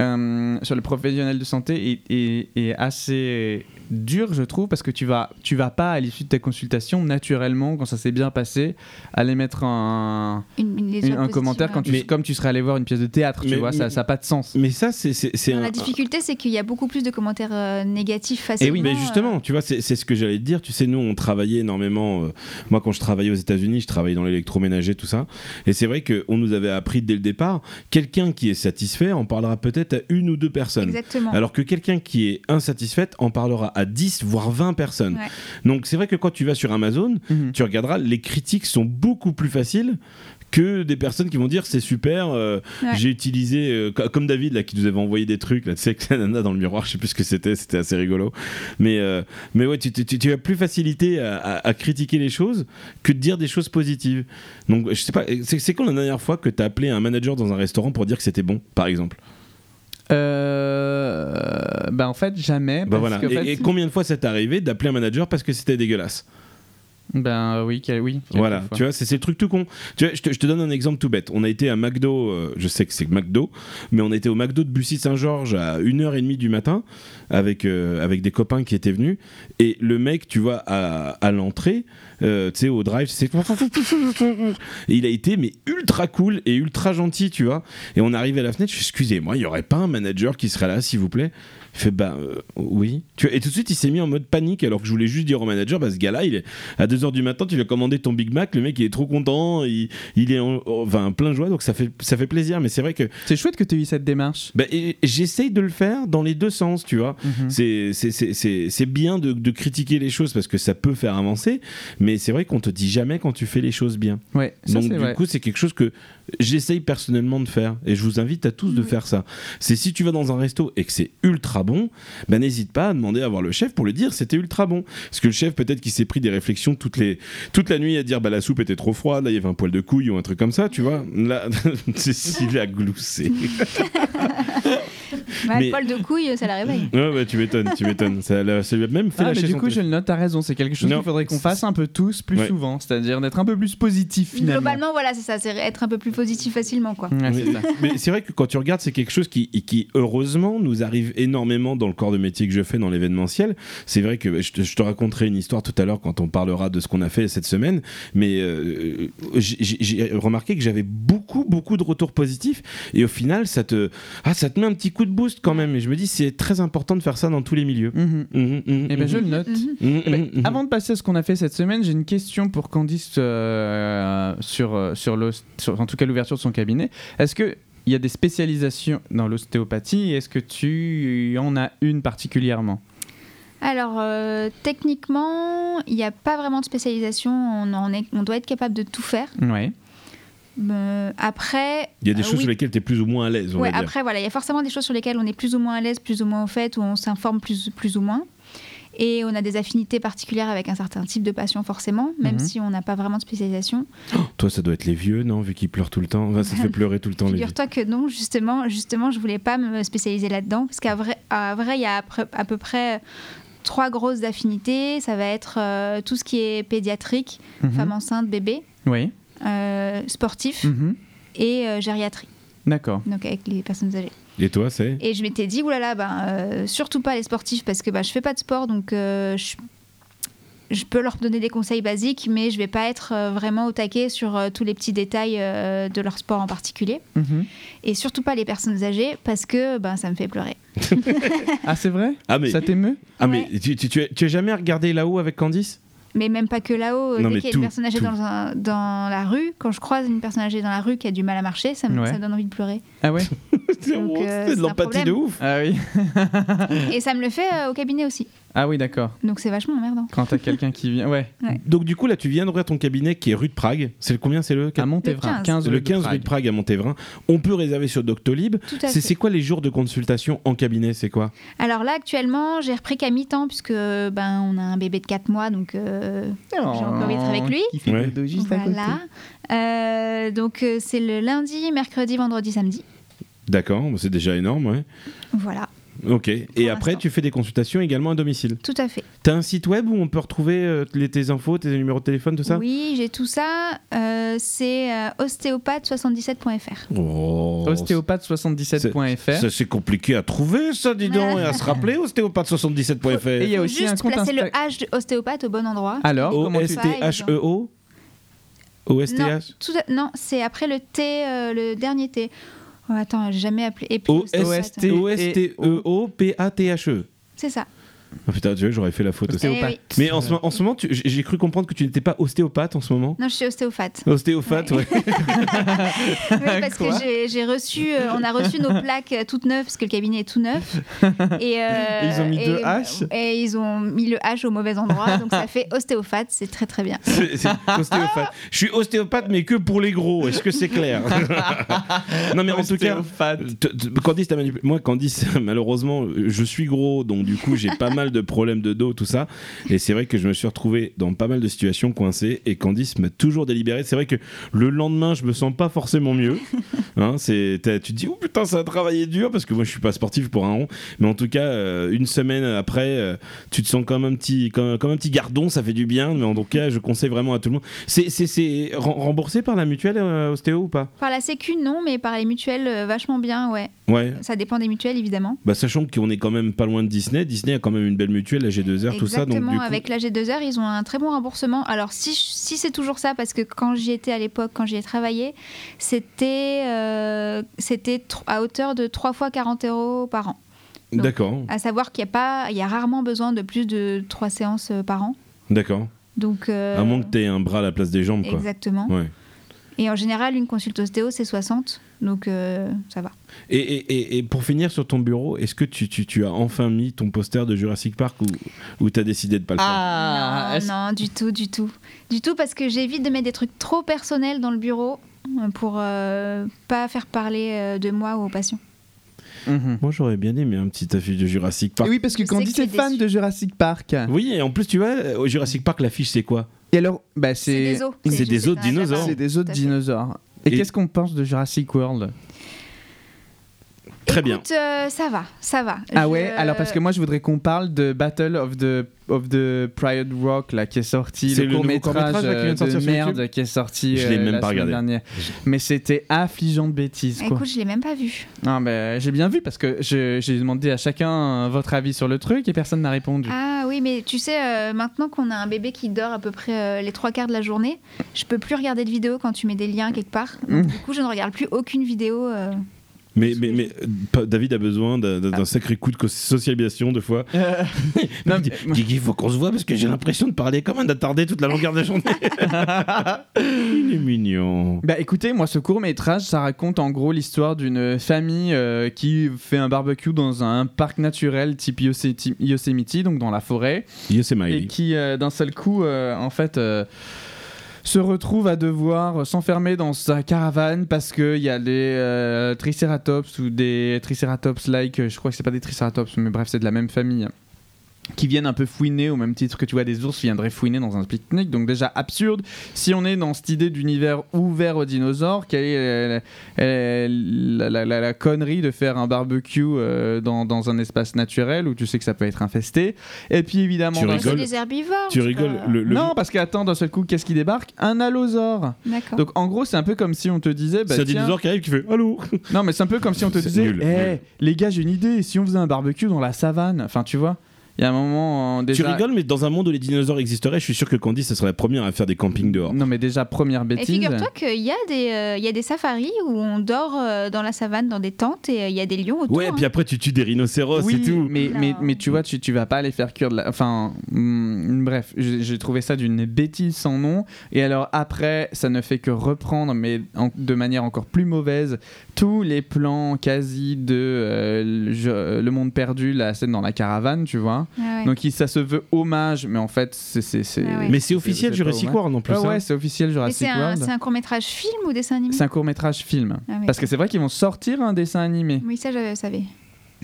C: euh, sur le professionnel de santé est, est- est assez dur, je trouve, parce que tu vas, tu vas pas, à l'issue de ta consultation, naturellement, quand ça s'est bien passé, aller mettre un,
A: Une- une
C: une-
A: liaison
C: un
A: positive,
C: commentaire
A: hein.
C: quand tu,
B: Mais-
C: comme tu serais allé voir une pièce de théâtre, tu
B: Mais-
C: vois, ça
B: mais-
C: n'a pas de sens.
B: Mais ça, c'est c'est- c'est
A: Non,
B: un.
A: La difficulté, c'est qu'il y a beaucoup plus de commentaires euh, négatifs facilement.
B: Et oui, mais
A: euh,
B: justement, tu vois, c'est c'est ce que j'allais te dire. Tu sais, nous, on travaillait énormément. euh, moi, quand je travaillais aux États-Unis, je travaillais dans l'électroménager, tout ça. Et c'est vrai qu'on nous avait appris dès le départ, quelqu'un qui est satisfait en parlera peut-être à une ou deux personnes.
A: exactement.
B: Alors que quelqu'un qui est insatisfait en parlera à 10 voire 20 personnes.
A: Ouais.
B: Donc c'est vrai que quand tu vas sur Amazon,
C: Mhm.
B: tu regarderas, les critiques sont beaucoup plus faciles que des personnes qui vont dire c'est super, euh,
A: Ouais.
B: j'ai utilisé, euh, co- comme David là qui nous avait envoyé des trucs, là, tu sais, que la nana dans le miroir, je sais plus ce que c'était, c'était assez rigolo. Mais, euh, mais ouais, tu, tu- tu- tu as plus facilité à, à- à critiquer les choses que de dire des choses positives. Donc je sais pas, c'est c'est quand la dernière fois que tu as appelé un manager dans un restaurant pour dire que c'était bon, par exemple
C: Euh, bah en fait jamais.
B: bah
C: parce
B: voilà.
C: qu'en
B: Et,
C: fait-
B: et combien de fois c'est arrivé d'appeler un manager parce que c'était dégueulasse
C: Ben euh, oui, quel- oui. quelques
B: Voilà,
C: fois.
B: tu vois, c'est c'est le truc tout con. Tu vois, je te, je te donne un exemple tout bête. On a été à McDo, euh, je sais que c'est McDo, mais on était au McDo de Bussy-Saint-Georges à 1h30 du matin avec, euh, avec des copains qui étaient venus. Et le mec, tu vois, à, à l'entrée, euh, tu sais, au drive, c'est. Et il a été, mais ultra cool et ultra gentil, tu vois. Et on arrive à la fenêtre, je suis excusez-moi, il n'y aurait pas un manager qui serait là, s'il vous plaît il fait bah euh, oui. Tu vois, et tout de suite il s'est mis en mode panique alors que je voulais juste dire au manager bah ce gars-là il est à 2h du matin tu lui as commandé ton Big Mac le mec il est trop content il, il est en, enfin plein de joie donc ça fait ça fait plaisir mais c'est vrai que
C: C'est chouette que tu aies eu cette démarche.
B: bah, et- et j'essaye de le faire dans les deux sens tu vois
C: Mhm.
B: c'est c'est- c'est- c'est- c'est bien de, de critiquer les choses parce que ça peut faire avancer mais c'est vrai qu'on te dit jamais quand tu fais les choses bien
C: Ouais, ça
B: donc
C: c'est
B: du
C: vrai.
B: coup, c'est quelque chose que j'essaye personnellement de faire et je vous invite à tous de
C: Mhm.
A: Oui.
B: faire ça. C'est si tu vas dans un resto et que c'est ultra bon, ben n'hésite pas à demander à voir le chef pour lui dire c'était ultra bon. Parce que le chef peut-être qu'il s'est pris des réflexions toutes les toute la nuit à dire bah la soupe était trop froide, là il y avait un poil de couille ou un truc comme ça, tu vois. Là, Cécile a gloussé.
A: Ouais,
B: mais-
A: Le poil de couille, ça la réveille.
B: Ouais, bah, tu m'étonnes, tu m'étonnes. Ça, l'a- ça lui a même fait
C: Ah,
B: la
C: mais
B: chaise
C: du
B: en
C: coup, je
B: téléphone.
C: le note, t'as raison, c'est quelque chose
B: Non.
C: qu'il faudrait qu'on fasse un peu tous plus
B: Ouais.
C: souvent, c'est-à-dire d'être un peu plus positif finalement.
A: Globalement, voilà, c'est ça, c'est être un peu plus positif facilement, quoi.
C: Ouais,
B: Mais-
C: c'est ça.
B: mais c'est vrai que quand tu regardes, c'est quelque chose qui, qui, heureusement, nous arrive énormément dans le corps de métier que je fais dans l'événementiel. C'est vrai que je te, je te raconterai une histoire tout à l'heure quand on parlera de ce qu'on a fait cette semaine, mais euh, j'ai- j'ai j'ai remarqué que j'avais beaucoup, beaucoup de retours positifs et au final, ça te, ah, ça te met un petit coup de boost quand même. Et je me dis, c'est très important de faire ça dans tous les milieux.
C: Mhm.
B: Mhm, mhm,
C: Eh ben, je le
B: mhm,
C: note.
A: Mhm.
B: mhm,
C: Eh ben,
B: mhm, mhm.
C: Avant de passer à ce qu'on a fait cette semaine, j'ai une question pour Candice euh, sur, euh, sur, l'os- sur- en tout cas l'ouverture de son cabinet. Est-ce que il y a des spécialisations dans l'ostéopathie et Est-ce que tu en as une particulièrement
A: Alors, euh, techniquement, il n'y a pas vraiment de spécialisation. On, en est- on doit être capable de tout faire.
C: Ouais.
A: Euh, après,
B: Il y a des
A: Euh,
C: Ah
B: choses
A: oui.
B: sur lesquelles tu es plus ou moins à l'aise, on
A: ouais,
B: va dire.
A: après voilà, il y a forcément des choses sur lesquelles on est plus ou moins à l'aise, plus ou moins au fait, où on s'informe plus, plus ou moins. Et on a des affinités particulières avec un certain type de patient, forcément, même
C: Mhm.
A: si on n'a pas vraiment de spécialisation.
B: Toi, ça doit être les vieux, non Vu qu'ils pleurent tout le temps. Enfin, ça te fait pleurer tout le temps, les vieux.
A: Figure-toi que non, justement, justement, je voulais pas me spécialiser là-dedans, parce qu'à vrai, à vrai, il y a à peu, à peu près trois grosses affinités. Ça va être euh, tout ce qui est pédiatrique,
C: Mhm.
A: femme enceinte, bébé,
C: Oui.
A: euh, sportif
B: Mm.
C: Mhm.
A: et euh, gériatrie,
C: D'accord.
A: donc avec les personnes âgées.
B: Et toi, c'est
A: Et je m'étais dit, oulala, ben, euh, surtout pas les sportifs parce que ben, je fais pas de sport, donc euh, je, je peux leur donner des conseils basiques, mais je vais pas être euh, vraiment au taquet sur euh, tous les petits détails euh, de leur sport en particulier.
C: Mhm.
A: Et surtout pas les personnes âgées parce que ben, ça me fait pleurer.
C: Ah c'est vrai
B: Ah, mais
C: Ça t'émeut
B: Ah mais tu, tu, tu, as, tu as jamais regardé là-haut avec Candice
A: Mais même pas que là-haut, euh,
B: Non,
A: dès
B: mais
A: qu'il y a
B: tout,
A: une personne âgée
B: tout.
A: dans, un- dans la rue, quand je croise une personne âgée dans la rue qui a du mal à marcher, ça me,
C: Ouais.
A: ça me donne envie de pleurer.
C: Ah ouais
B: C'est
A: Donc, euh, c'est
B: de
A: un
B: l'empathie
A: problème.
B: de ouf
C: Ah oui.
A: Et ça me le fait euh, au cabinet aussi.
C: Ah oui d'accord.
A: Donc c'est vachement emmerdant.
C: Quand t'as quelqu'un qui vient, ouais.
B: Donc du coup là tu viens d'ouvrir ton cabinet qui est rue de Prague, c'est le combien c'est le
C: À Montévrain.
A: Le 15.
C: 15
B: le
C: de
B: 15
C: Prague.
B: rue de Prague à Montévrain, on peut réserver sur Doctolib.
A: Tout à
B: C'est
A: fait.
B: c'est quoi les jours de consultation en cabinet C'est quoi
A: Alors là, actuellement, j'ai repris qu'à mi-temps, puisque ben, on a un bébé de 4 mois, donc euh,
C: J'ai
A: envie d'être avec lui.
C: Oh, Qui fait
B: Ouais.
C: dodo juste à côté.
A: voilà. Euh, donc euh, c'est le lundi, mercredi, vendredi, samedi.
B: D'accord, bah, c'est déjà énorme. Ouais.
A: Voilà.
B: Ok. Et après,
A: l'instant.
B: tu fais des consultations également à domicile.
A: Tout à fait.
B: T'as un site web où on peut retrouver euh, les- tes infos, tes numéros de téléphone, tout ça
A: Oui, j'ai tout ça. Euh, c'est euh, ostéopathe77.fr.
B: Oh,
C: ostéopathe77.fr.
B: Ça, c'est compliqué à trouver, ça, dis donc, et à se rappeler,
C: Et il
B: ostéopathe77.fr.
C: y a
A: Faut
C: aussi
A: juste
C: un compte
A: placer le
C: Insta-
A: H de ostéopathe au bon endroit.
C: Alors, comment tu... E?
B: O-S-T-H-E-O
A: non,
B: O-S-T-H
A: tout à- non, c'est après le T, euh, le dernier T. Oh, attends, j'ai jamais appelé. Et puis ostéopathe.
C: OST.
B: E O-S-T-E-O-P-A-T-H-E.
A: C'est ça.
B: E. Ah putain, tu vois, j'aurais fait la faute aussi.
A: Eh
C: Ostéopathe.
A: oui.
B: Mais en ce, mo- en ce moment, tu- j'ai j'ai cru comprendre que tu n'étais pas ostéopathe en ce moment.
A: Non, je suis ostéopathe.
B: Ostéopathe, ouais.
A: Oui, parce que
C: Quoi
A: j'ai- j'ai reçu, euh, on a reçu nos plaques euh, toutes neuves parce que le cabinet est tout neuf. Et, euh,
C: Et ils ont mis
A: et-
C: deux H
A: Et ils ont mis le H au mauvais endroit, donc ça fait ostéopathe. C'est très très bien.
B: C'est- c'est ostéopathe. Je suis ostéopathe, mais que pour les gros. Est-ce que c'est clair Non, mais en tout cas,
C: Ostéopathe.
B: T- t- Candice, t'as manipulé- moi Candice, malheureusement, je suis gros, donc du coup j'ai pas mal de problèmes de dos, tout ça. Et c'est vrai que je me suis retrouvé dans pas mal de situations coincées. Et Candice m'a toujours délibéré. C'est vrai que le lendemain, je me sens pas forcément mieux. Hein, c'est, t'as- tu te dis, oh putain, ça a travaillé dur parce que moi je suis pas sportif pour un rond. Mais en tout cas, euh, une semaine après, euh, tu te sens comme un petit, comme, comme un petit gardon. Ça fait du bien. Mais en tout cas, je conseille vraiment à tout le monde. C'est, c'est, c'est ren- remboursé par la mutuelle euh, ostéo ou pas
A: Par la Sécu, non, mais par les mutuelles, euh, vachement bien, ouais.
B: Ouais.
A: Ça dépend des mutuelles, évidemment.
B: Bah, sachant qu'on est quand même pas loin de Disney, Disney a quand même une belle mutuelle, la G2R, tout ça. Donc,
A: Exactement,
B: du coup,
A: avec la G2R, ils ont un très bon remboursement. Alors, si, je- si c'est toujours ça, parce que quand j'y étais à l'époque, quand j'y ai travaillé, c'était euh, c'était tr- à hauteur de 3 fois 40 euros par an. donc-
B: D'accord,
A: À savoir qu'il y, a pas- il y a rarement besoin de plus de 3 séances euh, par an.
B: d'accord.
A: Donc, euh,
B: À moins que t'aies un bras à la place des jambes, quoi.
A: Exactement.
B: Ouais.
A: Et en général, une consulte ostéo, c'est 60. Donc, euh, ça va.
B: Et, et- et- et pour finir sur ton bureau, est-ce que tu, tu- tu as enfin mis ton poster de Jurassic Park ou, ou t'as décidé de pas le faire
C: Ah, est-ce-
A: non, non, du tout, du tout. Du tout, parce que j'évite de mettre des trucs trop personnels dans le bureau euh, pour euh, pas faire parler euh, de moi aux patients.
C: Mhm.
B: Moi j'aurais bien aimé un petit affiche de Jurassic
C: Et
B: Park.
C: oui, parce que
A: Je sais
C: Candice
A: que
C: est
A: t'es
C: fan
A: déçu.
C: de Jurassic Park.
B: Oui, et en plus, tu vois, euh, au Jurassic Park, l'affiche c'est quoi
C: Et alors, bah, c'est
A: des os.
B: c'est des
A: juste
B: os de
A: un lapin.
B: dinosaures.
C: C'est des autres
A: Tout à fait.
C: dinosaures. Et,
B: Et-
C: qu'est-ce qu'on pense de Jurassic World
B: Très bien.
A: Écoute, euh, ça va, ça va.
C: Ah
A: Je-
C: ouais, alors parce que moi je voudrais qu'on parle de Battle of the of the Pride Rock là qui est sorti,
B: C'est
C: le,
B: le nouveau
C: court métrage
B: court-métrage, là, qui vient de sortir
C: de
B: sur
C: merde
B: YouTube
C: qui est sorti
B: Je l'ai
C: euh,
B: même
C: la
B: pas
C: semaine
B: regardé.
C: dernière. Mais c'était affligeant de bêtises quoi.
A: Écoute, je l'ai même pas vu.
C: Ah, mais j'ai bien vu parce que je- j'ai demandé à chacun euh, votre avis sur le truc et personne n'a répondu.
A: Ah oui, mais tu sais, euh, maintenant qu'on a un bébé qui dort à peu près euh, les trois quarts de la journée, je peux plus regarder de vidéos quand tu mets des liens quelque part.
C: Mm.
A: Donc, du coup, je ne regarde plus aucune vidéo. euh.
B: Mais, mais, mais, euh, pa- David a besoin d'un
A: Ah.
B: d'un- d'un sacré coup de co- socialisation, deux fois.
C: Non,
B: Il dit,
C: mais-
B: Guigui, faut qu'on se voit parce que j'ai l'impression de parler comme un attardé toute la longueur de la journée. Il est mignon.
C: Bah écoutez, moi ce court métrage, ça raconte en gros l'histoire d'une famille euh, qui fait un barbecue dans un parc naturel type Yosé- Yosemite, donc dans la forêt, et
B: Yosemite.
C: qui euh, d'un seul coup, euh, en fait, euh, se retrouve à devoir s'enfermer dans sa caravane parce qu'il y a des euh, triceratops ou des triceratops-like, euh, je crois que c'est pas des triceratops, mais bref, c'est de la même famille qui viennent un peu fouiner au même titre que tu vois des ours viendraient fouiner dans un pique-nique donc déjà absurde si on est dans cette idée d'univers ouvert aux dinosaures quelle est euh, euh, la, la- la- la connerie de faire un barbecue euh, dans, dans un espace naturel où tu sais que ça peut être infesté et puis évidemment
B: Tu
C: dans-
A: Bah, C'est
B: rigoles.
A: des herbivores.
B: Tu
A: c'est
B: rigoles.
A: pas-
B: Le, le-
C: non parce qu'attends d'un seul coup qu'est-ce qui débarque un allosaure
A: D'accord.
C: donc en gros c'est un peu comme si on te disait bah,
B: c'est un
C: tiens-
B: dinosaure qui arrive qui fait Allô
C: non, mais c'est un peu comme si on te
B: C'est
C: disait
B: nul,
C: Eh,
B: nul.
C: les gars, j'ai une idée. Si on faisait un barbecue dans la savane, enfin, tu vois, il y a un moment. euh,
B: Tu
C: déjà...
B: rigoles, mais dans un monde où les dinosaures existeraient, je suis sûr que Candice, ça serait la première à faire des campings dehors.
C: Non, mais déjà, première
A: Et
C: bêtise.
A: figure-toi qu'il y, a des, euh, il y a des safaris où on dort euh, dans la savane, dans des tentes, et euh, il y a des lions autour.
B: Ouais,
A: hein.
B: puis après, tu tues des rhinocéros
C: oui,
B: et tout.
C: Mais, mais,
A: Non.
C: mais tu vois, tu, tu vas pas les faire cuire de la... Enfin, mm, bref, j'ai j'ai trouvé ça d'une bêtise sans nom. Et alors après, ça ne fait que reprendre, mais en- de manière encore plus mauvaise, tous les plans quasi de euh, le, je- le monde perdu, la scène dans la caravane, tu vois.
A: Ah ouais.
C: Donc il- ça se veut hommage, mais en fait, c'est... c'est- c'est-
A: Ah ouais.
B: Mais c'est officiel
C: c'est
B: Jurassic
C: pas vrai.
B: World en plus.
C: Ah
B: hein.
C: ouais, c'est officiel
A: Mais
C: Jurassic
A: c'est un,
C: World.
A: c'est un court-métrage film ou dessin animé
C: C'est un court métrage film.
A: Ah ouais.
C: Parce que c'est vrai qu'ils vont sortir un dessin animé
A: Oui, ça, je savais.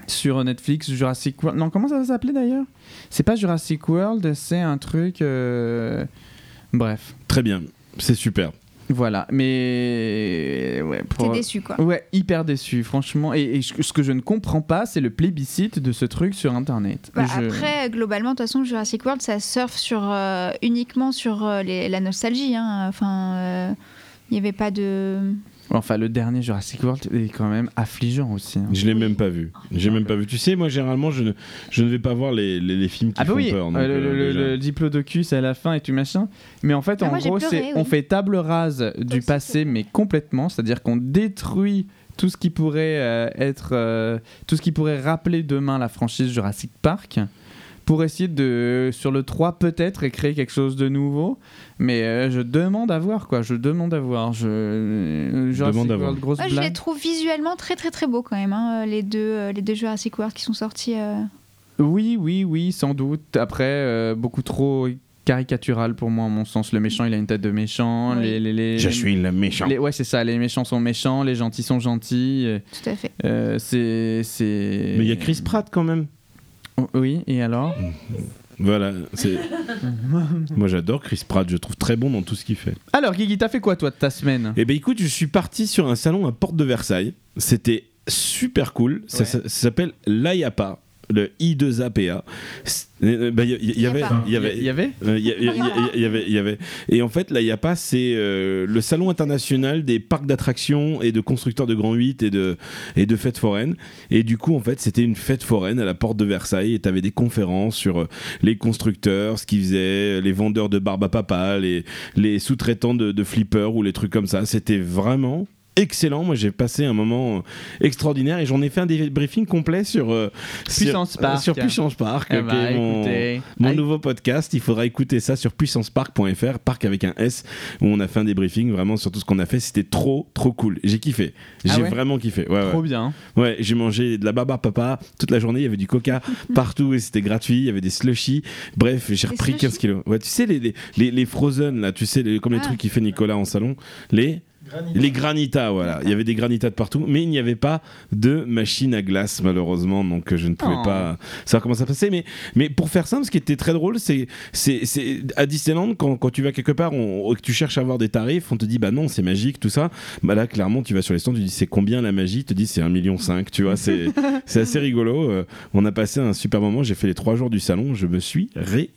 C: sur Netflix, Jurassic World. Non, comment ça va s'appeler d'ailleurs C'est pas Jurassic World, c'est un truc. euh, Bref.
B: Très bien, c'est super.
C: Voilà, mais ouais,
A: T'es
C: pour- euh,
A: déçu, quoi.
C: ouais, hyper déçu, franchement. Et, et je- ce que je ne comprends pas, c'est le plébiscite de ce truc sur Internet.
A: Bah,
C: Je-
A: Après, globalement, de toute façon, Jurassic World, ça surfe sur, euh, uniquement sur euh, les- la nostalgie. hein. Enfin, euh, il n'y avait pas de.
C: Enfin, le dernier Jurassic World est quand même affligeant aussi. hein.
B: Je l'ai même pas vu. J'ai même pas vu. Tu sais, moi généralement, je ne, je ne vais pas voir les, les, les films qui
C: Ah bah
B: font
C: oui,
B: peur. donc,
C: euh, le,
B: euh,
C: le-
B: déjà.
C: le diplodocus à la fin et tout machin. Mais en fait,
A: Ah,
C: en
A: moi, j'ai
C: gros,
A: pleuré,
C: c'est-
A: oui.
C: on fait table rase du
A: aussi,
C: passé,
A: c'est-
C: mais complètement. C'est-à-dire qu'on détruit tout ce qui pourrait euh, être, euh, tout ce qui pourrait rappeler demain la franchise Jurassic Park pour essayer de, sur le 3 peut-être, et créer quelque chose de nouveau. Mais euh, je demande à voir, quoi. Je demande à voir. Je... Jurassic
B: à voir.
C: World, grosse
A: Moi, je les
C: blague.
A: trouve visuellement très, très, très beaux quand même, hein, euh, les, deux, euh, les deux Jurassic World qui sont sortis. euh.
C: Oui, oui, oui, sans doute. Après, euh, beaucoup trop caricatural pour moi, à mon sens. Le méchant, il a une tête de méchant.
A: Oui.
C: Les, les- les-
B: Je suis le méchant.
C: les- ouais, c'est ça. Les méchants sont méchants, les gentils sont gentils.
A: Tout à fait.
C: euh, c'est, c'est.
B: Mais il y a Chris Pratt quand même.
C: Oh, Oui, et alors
B: Voilà. c'est- moi, j'adore Chris Pratt. Je le trouve très bon dans tout ce qu'il fait.
C: Alors, Guigui, t'as fait quoi, toi, de ta semaine
B: Eh ben écoute, je suis parti sur un salon à Porte de Versailles. C'était super cool. Ça,
C: Ouais.
B: ça- ça s'appelle l'IAPA, le I2APA. C'est- euh, ben, y- y- y avait-
A: IAPA.
B: il y avait-
C: Il y avait
B: euh, y a- y a- y a- y avait- y avait. Et en fait, l'IAPA, c'est euh, le salon international des parcs d'attractions et de constructeurs de Grand 8 et de, et de fêtes foraines. Et du coup, en fait, c'était une fête foraine à la porte de Versailles. Et t'avais des conférences sur euh, les constructeurs, ce qu'ils faisaient, les vendeurs de barbe à papa, les, les sous-traitants de, de flippers ou les trucs comme ça. C'était vraiment. Excellent, moi j'ai passé un moment euh, extraordinaire et j'en ai fait un débriefing complet sur euh,
C: Puissance
B: sur,
C: Park.
B: sur Puissance Park,
C: Eh
B: qui
C: bah,
B: est mon-
C: écoutez.
B: mon
C: Aïe.
B: nouveau podcast, il faudra écouter ça sur puissancepark.fr, parc avec un S, où on a fait un débriefing vraiment sur tout ce qu'on a fait. C'était trop, trop cool. J'ai kiffé. J'ai
C: Ah ouais
B: vraiment kiffé. Ouais,
C: Trop
B: ouais.
C: bien.
B: ouais j'ai mangé de la baba papa toute la journée. Il y avait du coca partout et c'était gratuit. Il y avait des slushies. Bref, j'ai
A: Des
B: repris
A: slushies
B: 15 kilos. Ouais, tu sais, les, les, les, les frozen, là, tu sais, les- comme les
A: Ah.
B: trucs qu'il fait Nicolas en salon. Les. Les granitas, voilà. Il y avait des granitas de partout, mais il n'y avait pas de machine à glace, malheureusement. Donc, euh, je ne pouvais
C: Oh.
B: pas savoir comment ça passait. Mais, mais pour faire simple, ce qui était très drôle, c'est c'est- c'est- à Disneyland, quand, quand tu vas quelque part on- et que tu cherches à avoir des tarifs, on te dit, bah non, c'est magique, tout ça. Bah là, clairement, tu vas sur les stands, tu dis, c'est combien la magie Ils te disent, c'est 1,5 million. Tu vois, c'est c'est assez rigolo. Euh, on a passé un super moment. J'ai fait les trois jours du salon. Je me suis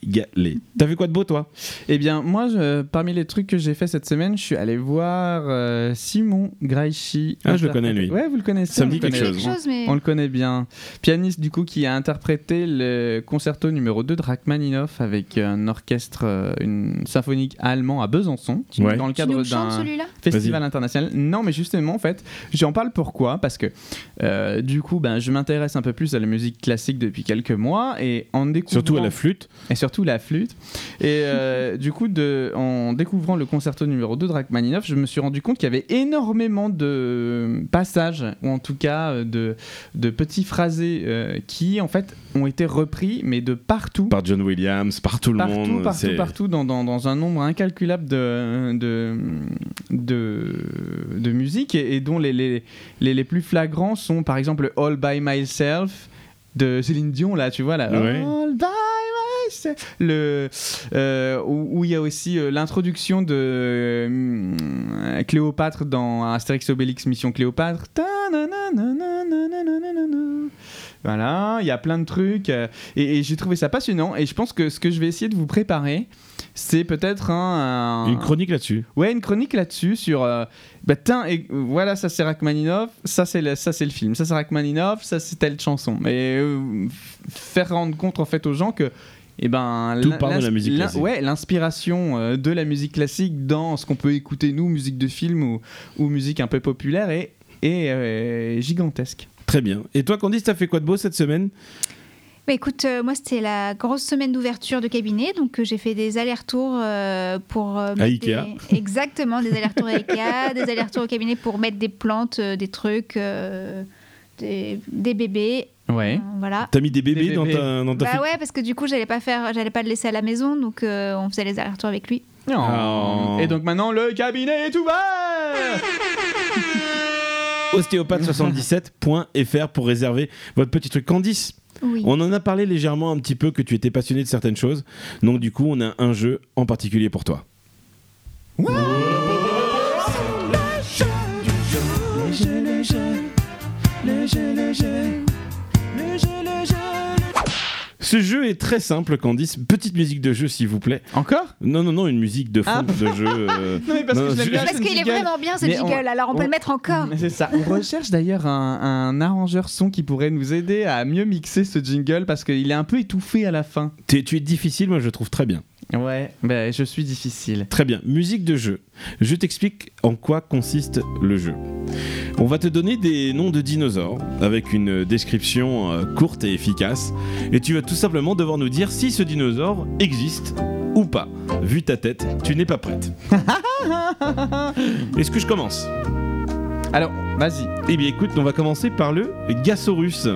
B: régalé. T'as fait quoi de beau, toi
C: Eh bien, moi, je- parmi les trucs que j'ai fait cette semaine, je suis allé voir euh, Simon Graichi.
B: Ah, je le connais, lui.
C: Ouais, vous le connaissez.
B: Ça me
C: on
B: dit
C: le
B: quelque
C: connaît.
B: chose.
A: Quelque chose, mais.
C: On le connaît bien. Pianiste, du coup, qui a interprété le concerto numéro 2 de Rachmaninoff avec un orchestre, euh, une symphonique allemand à Besançon,
B: Ouais.
C: dans le
A: Tu
C: cadre
A: nous chantes
C: d'un
A: celui-là
C: festival international. Non, mais justement, en fait, j'en parle pourquoi Parce que, euh, du coup, ben, je m'intéresse un peu plus à la musique classique depuis quelques mois et en découvrant
B: Surtout à la flûte.
C: et surtout la flûte. Et euh, du coup, de, en découvrant le concerto numéro 2 de Rachmaninoff, je me suis rendu compte qu'il y avait énormément de passages, ou en tout cas euh, de, de petits phrasés euh, qui, en fait, ont été repris, mais de partout.
B: Par John Williams, par tout le
C: Partout,
B: monde.
C: partout,
B: c'est-
C: partout, dans, dans- dans un nombre incalculable de, de, de, de musique et, et dont les, les, les, les plus flagrants sont par exemple All By Myself de Céline Dion, là, tu vois, là.
B: Ouais.
C: All By Myself. Le, euh, où où il y a aussi euh, l'introduction de euh, Cléopâtre dans Astérix Obélix Mission Cléopâtre. Ta-na-na-na-na-na-na-na-na-na. Voilà, il y a plein de trucs. euh, et, et j'ai trouvé ça passionnant. Et je pense que ce que je vais essayer de vous préparer, c'est peut-être un, un-
B: Une chronique là-dessus.
C: ouais, une chronique là-dessus sur. euh, bah, tiens, et, voilà, ça c'est Rachmaninoff, ça c'est le, ça, c'est le film, ça c'est Rachmaninoff, ça c'est telle chanson. Mais euh, f- faire rendre compte en fait aux gens que. Et ben,
B: Tout
C: l'in-
B: part de la
C: l'ins-
B: musique
C: l'in-
B: classique.
C: Ouais, l'inspiration euh, de la musique classique dans ce qu'on peut écouter, nous, musique de film ou, ou musique un peu populaire, est, est, euh, gigantesque.
B: Très bien. Et toi, Candice, t'as fait quoi de beau cette semaine
A: Bah, écoute, euh, moi c'était la grosse semaine d'ouverture de cabinet, donc euh, j'ai fait des allers-retours euh, pour euh, mettre
B: Ikea.
A: des- exactement des allers-retours à Ikea, des allers-retours au cabinet pour mettre des plantes, euh, des trucs, euh, des, des bébés,
C: Ouais.
A: euh, voilà.
B: T'as mis des bébés,
C: Des
B: dans
C: bébés.
B: ta, dans ta
A: Bah
B: fi-
A: ouais, parce que du coup j'allais pas faire, j'allais pas le laisser à la maison, donc euh, on faisait les allers-retours avec lui.
B: Oh.
C: Et donc maintenant, le cabinet est ouvert
B: ostéopathe77.fr pour réserver votre petit truc. Candice,
A: Oui.
B: on en a parlé légèrement un petit peu que tu étais passionné de certaines choses. Donc, du coup, on a un jeu en particulier pour toi. Ce jeu est très simple, Candice. Petite musique de jeu, s'il vous plaît.
C: Encore
B: Non, non, non, une musique de fond de jeu. euh,
C: Non, mais parce
B: Non,
C: que je l'aime
B: je-
C: bien.
A: Parce
C: ce
A: qu'il est
C: jingle.
A: vraiment bien ce
C: Mais
A: jingle,
C: on-
A: alors on peut
C: on-
A: le mettre encore.
C: Mais C'est ça. On recherche d'ailleurs un, un arrangeur son qui pourrait nous aider à mieux mixer ce jingle parce qu'il est un peu étouffé à la fin.
B: t'es- tu es difficile, moi je trouve très bien.
C: Ouais, ben je suis difficile.
B: Très bien, musique de jeu. Je t'explique en quoi consiste le jeu. On va te donner des noms de dinosaures avec une description euh, courte et efficace et tu vas tout simplement devoir nous dire si ce dinosaure existe ou pas. Vu ta tête, tu n'es pas prête. Est-ce que je commence
C: Alors, vas-y.
B: Eh bien écoute, on va commencer par le Gasaurus.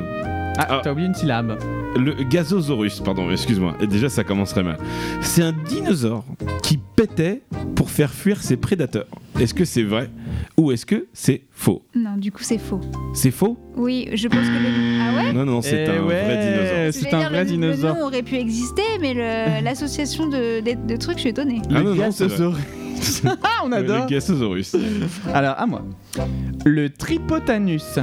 C: Ah,
B: Ah.
C: t'as oublié une syllabe.
B: Le Gazosaurus, pardon, excuse-moi. Et Déjà, ça commencerait mal. C'est un dinosaure qui pétait pour faire fuir ses prédateurs. Est-ce que c'est vrai ou est-ce que c'est faux
A: Non, du coup, c'est faux.
B: C'est faux
A: Oui, je pense que le. Ah ouais
B: Non, non, c'est
C: Eh
B: un vrai
C: ouais,
B: dinosaure.
C: C'est
A: J'allais
C: un
A: dire,
C: vrai
A: le,
C: dinosaure.
A: Le nom aurait pu exister, mais le- l'association de, de, de trucs, je suis étonnée.
B: Ah
C: Le
B: non, non, c'est vrai.
C: Gastosaurus. ah, on adore.
B: Le Gazosaurus.
C: Alors, à moi. Le Tripotanus.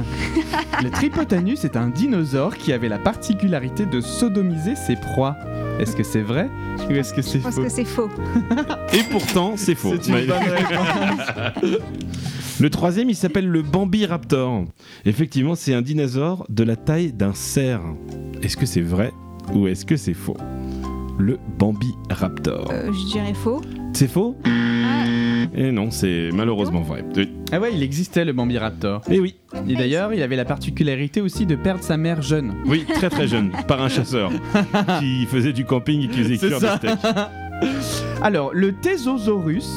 C: le Tripotanus est un dinosaure qui avait la particularité de sodomiser ses proies. Est-ce que c'est vrai ou est-ce que c'est
A: Je pense
C: faux
A: que c'est faux.
B: Et pourtant, c'est faux.
C: C'est une
B: Mais-
C: bonne
B: Le troisième, il s'appelle le Bambi Raptor. Effectivement, c'est un dinosaure de la taille d'un cerf. Est-ce que c'est vrai ou est-ce que c'est faux Le Bambi Raptor.
A: Euh, je dirais faux.
B: C'est faux
A: Ah,
B: Eh non, c'est malheureusement vrai. Oui.
C: Ah ouais, il existait le Bambiraptor.
B: Eh oui,
C: Et d'ailleurs, il avait la particularité aussi de perdre sa mère jeune.
B: oui, très très jeune, par un chasseur qui faisait du camping et qui faisait
C: C'est
B: cuire
C: ça.
B: des steaks.
C: Alors, le Thésosaurus,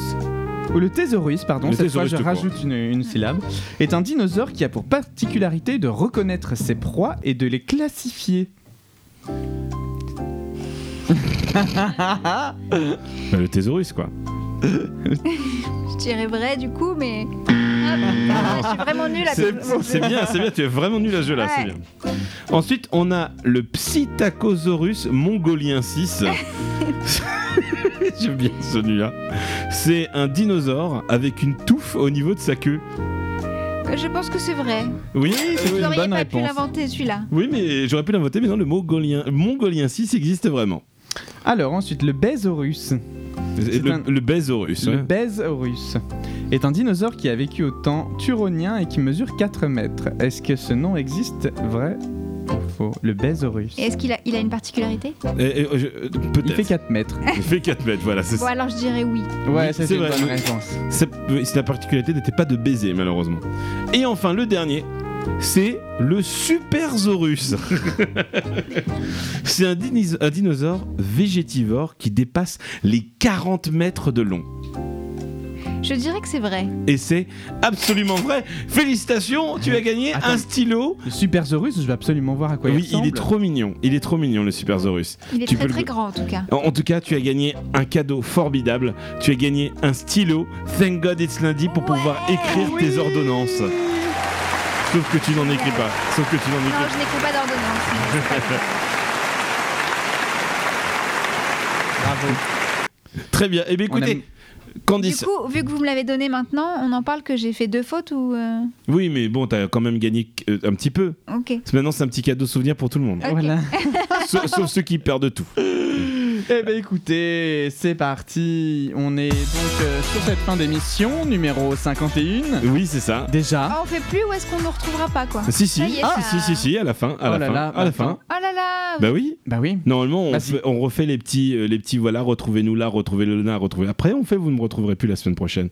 C: ou le Thésaurus, pardon,
B: Le
C: cette fois
B: Thésaurus
C: je
B: tout
C: rajoute une, une syllabe, est un dinosaure qui a pour particularité de reconnaître ses proies et de les classifier.
B: Bah, le thésaurus, quoi.
A: je dirais vrai du coup, mais. Ah, putain, je suis vraiment nulle à
B: C'est c'est bien, c'est bien, tu es vraiment nul à ce jeu-là, c'est
A: Ouais.
B: bien. Ensuite, on a le Psittacosaurus mongolien 6. J'aime bien celui-là. C'est un dinosaure avec une touffe au niveau de sa queue.
A: Euh, Je pense que c'est vrai.
B: Oui,
A: Vous
C: une
A: n'auriez
C: bonne
A: pas pu
C: réponse.
A: l'inventer celui-là.
B: oui mais j'aurais pu l'inventer, mais non, le mongolien, mongolien 6 existe vraiment.
C: Alors ensuite, le Bésaurus.
B: Le,
C: un-
B: le Bésaurus.
C: Le
B: ouais.
C: Bésaurus est un dinosaure qui a vécu au temps turonien et qui mesure 4 mètres. Est-ce que ce nom existe vrai ou faux Le Bésaurus.
A: Et Est-ce qu'il a, il a une particularité
B: Eh, eh, je- euh,
C: Il fait
B: Peut-être.
C: 4 mètres.
B: Il fait 4 mètres, voilà, c'est
A: Bon, alors je dirais oui.
B: Oui,
C: Ouais, ça,
B: c'est
C: c'est une
B: vrai.
C: bonne réponse.
B: C'est c'est euh, la particularité n'était pas de baiser, malheureusement. Et enfin, le dernier, c'est le Supersaurus. c'est un, dinis- un dinosaure végétivore qui dépasse les 40 mètres de long.
A: Je dirais que c'est vrai.
B: Et c'est absolument vrai. Félicitations, tu as gagné
C: Attends.
B: un stylo.
C: Le Supersaurus, je vais absolument voir à quoi il
B: Oui,
C: ressemble.
B: il est trop mignon. Il est trop mignon, le Supersaurus.
A: Il est
B: Tu
A: très
B: peux le-
A: très grand en tout cas.
B: En, en tout cas, tu as gagné un cadeau formidable. Tu as gagné un stylo. Thank God it's lundi pour pouvoir écrire tes ordonnances. Sauf que tu n'en écris pas. Sauf que tu n'en
A: Non,
B: écris
A: je n'écoute pas d'ordonnance.
C: Bravo.
B: pas. Très bien. Eh bien,
C: On
B: écoutez,
A: Du
B: Candice.
A: coup, vu que vous me l'avez donné maintenant, on en parle que j'ai fait deux fautes ou. euh,
B: Oui, mais bon, t'as quand même gagné euh, un petit peu.
A: Ok.
B: Maintenant, c'est un petit cadeau souvenir pour tout le monde.
A: Ok.
C: Voilà.
B: sauf, sauf ceux qui perdent tout.
C: Eh ben écoutez, c'est parti. On est donc euh, sur cette fin d'émission numéro 51.
B: Oui, c'est ça.
C: Déjà.
A: Ah, on fait plus ou est-ce qu'on ne retrouvera pas quoi
B: Si, si.
A: Ça y est,
B: Ah,
A: ça-
B: si, si, si, à la fin. À
C: Oh
B: la
C: là
B: fin.
C: là,
B: à la fin.
C: maintenant.
A: Oh là là
B: Bah oui.
C: Bah oui.
B: Normalement, on,
C: Vas-y.
B: fait- on refait les petits, euh, les petits voilà, retrouvez-nous là, retrouvez-le là, retrouvez. Après, on fait, vous ne me retrouverez plus la semaine prochaine.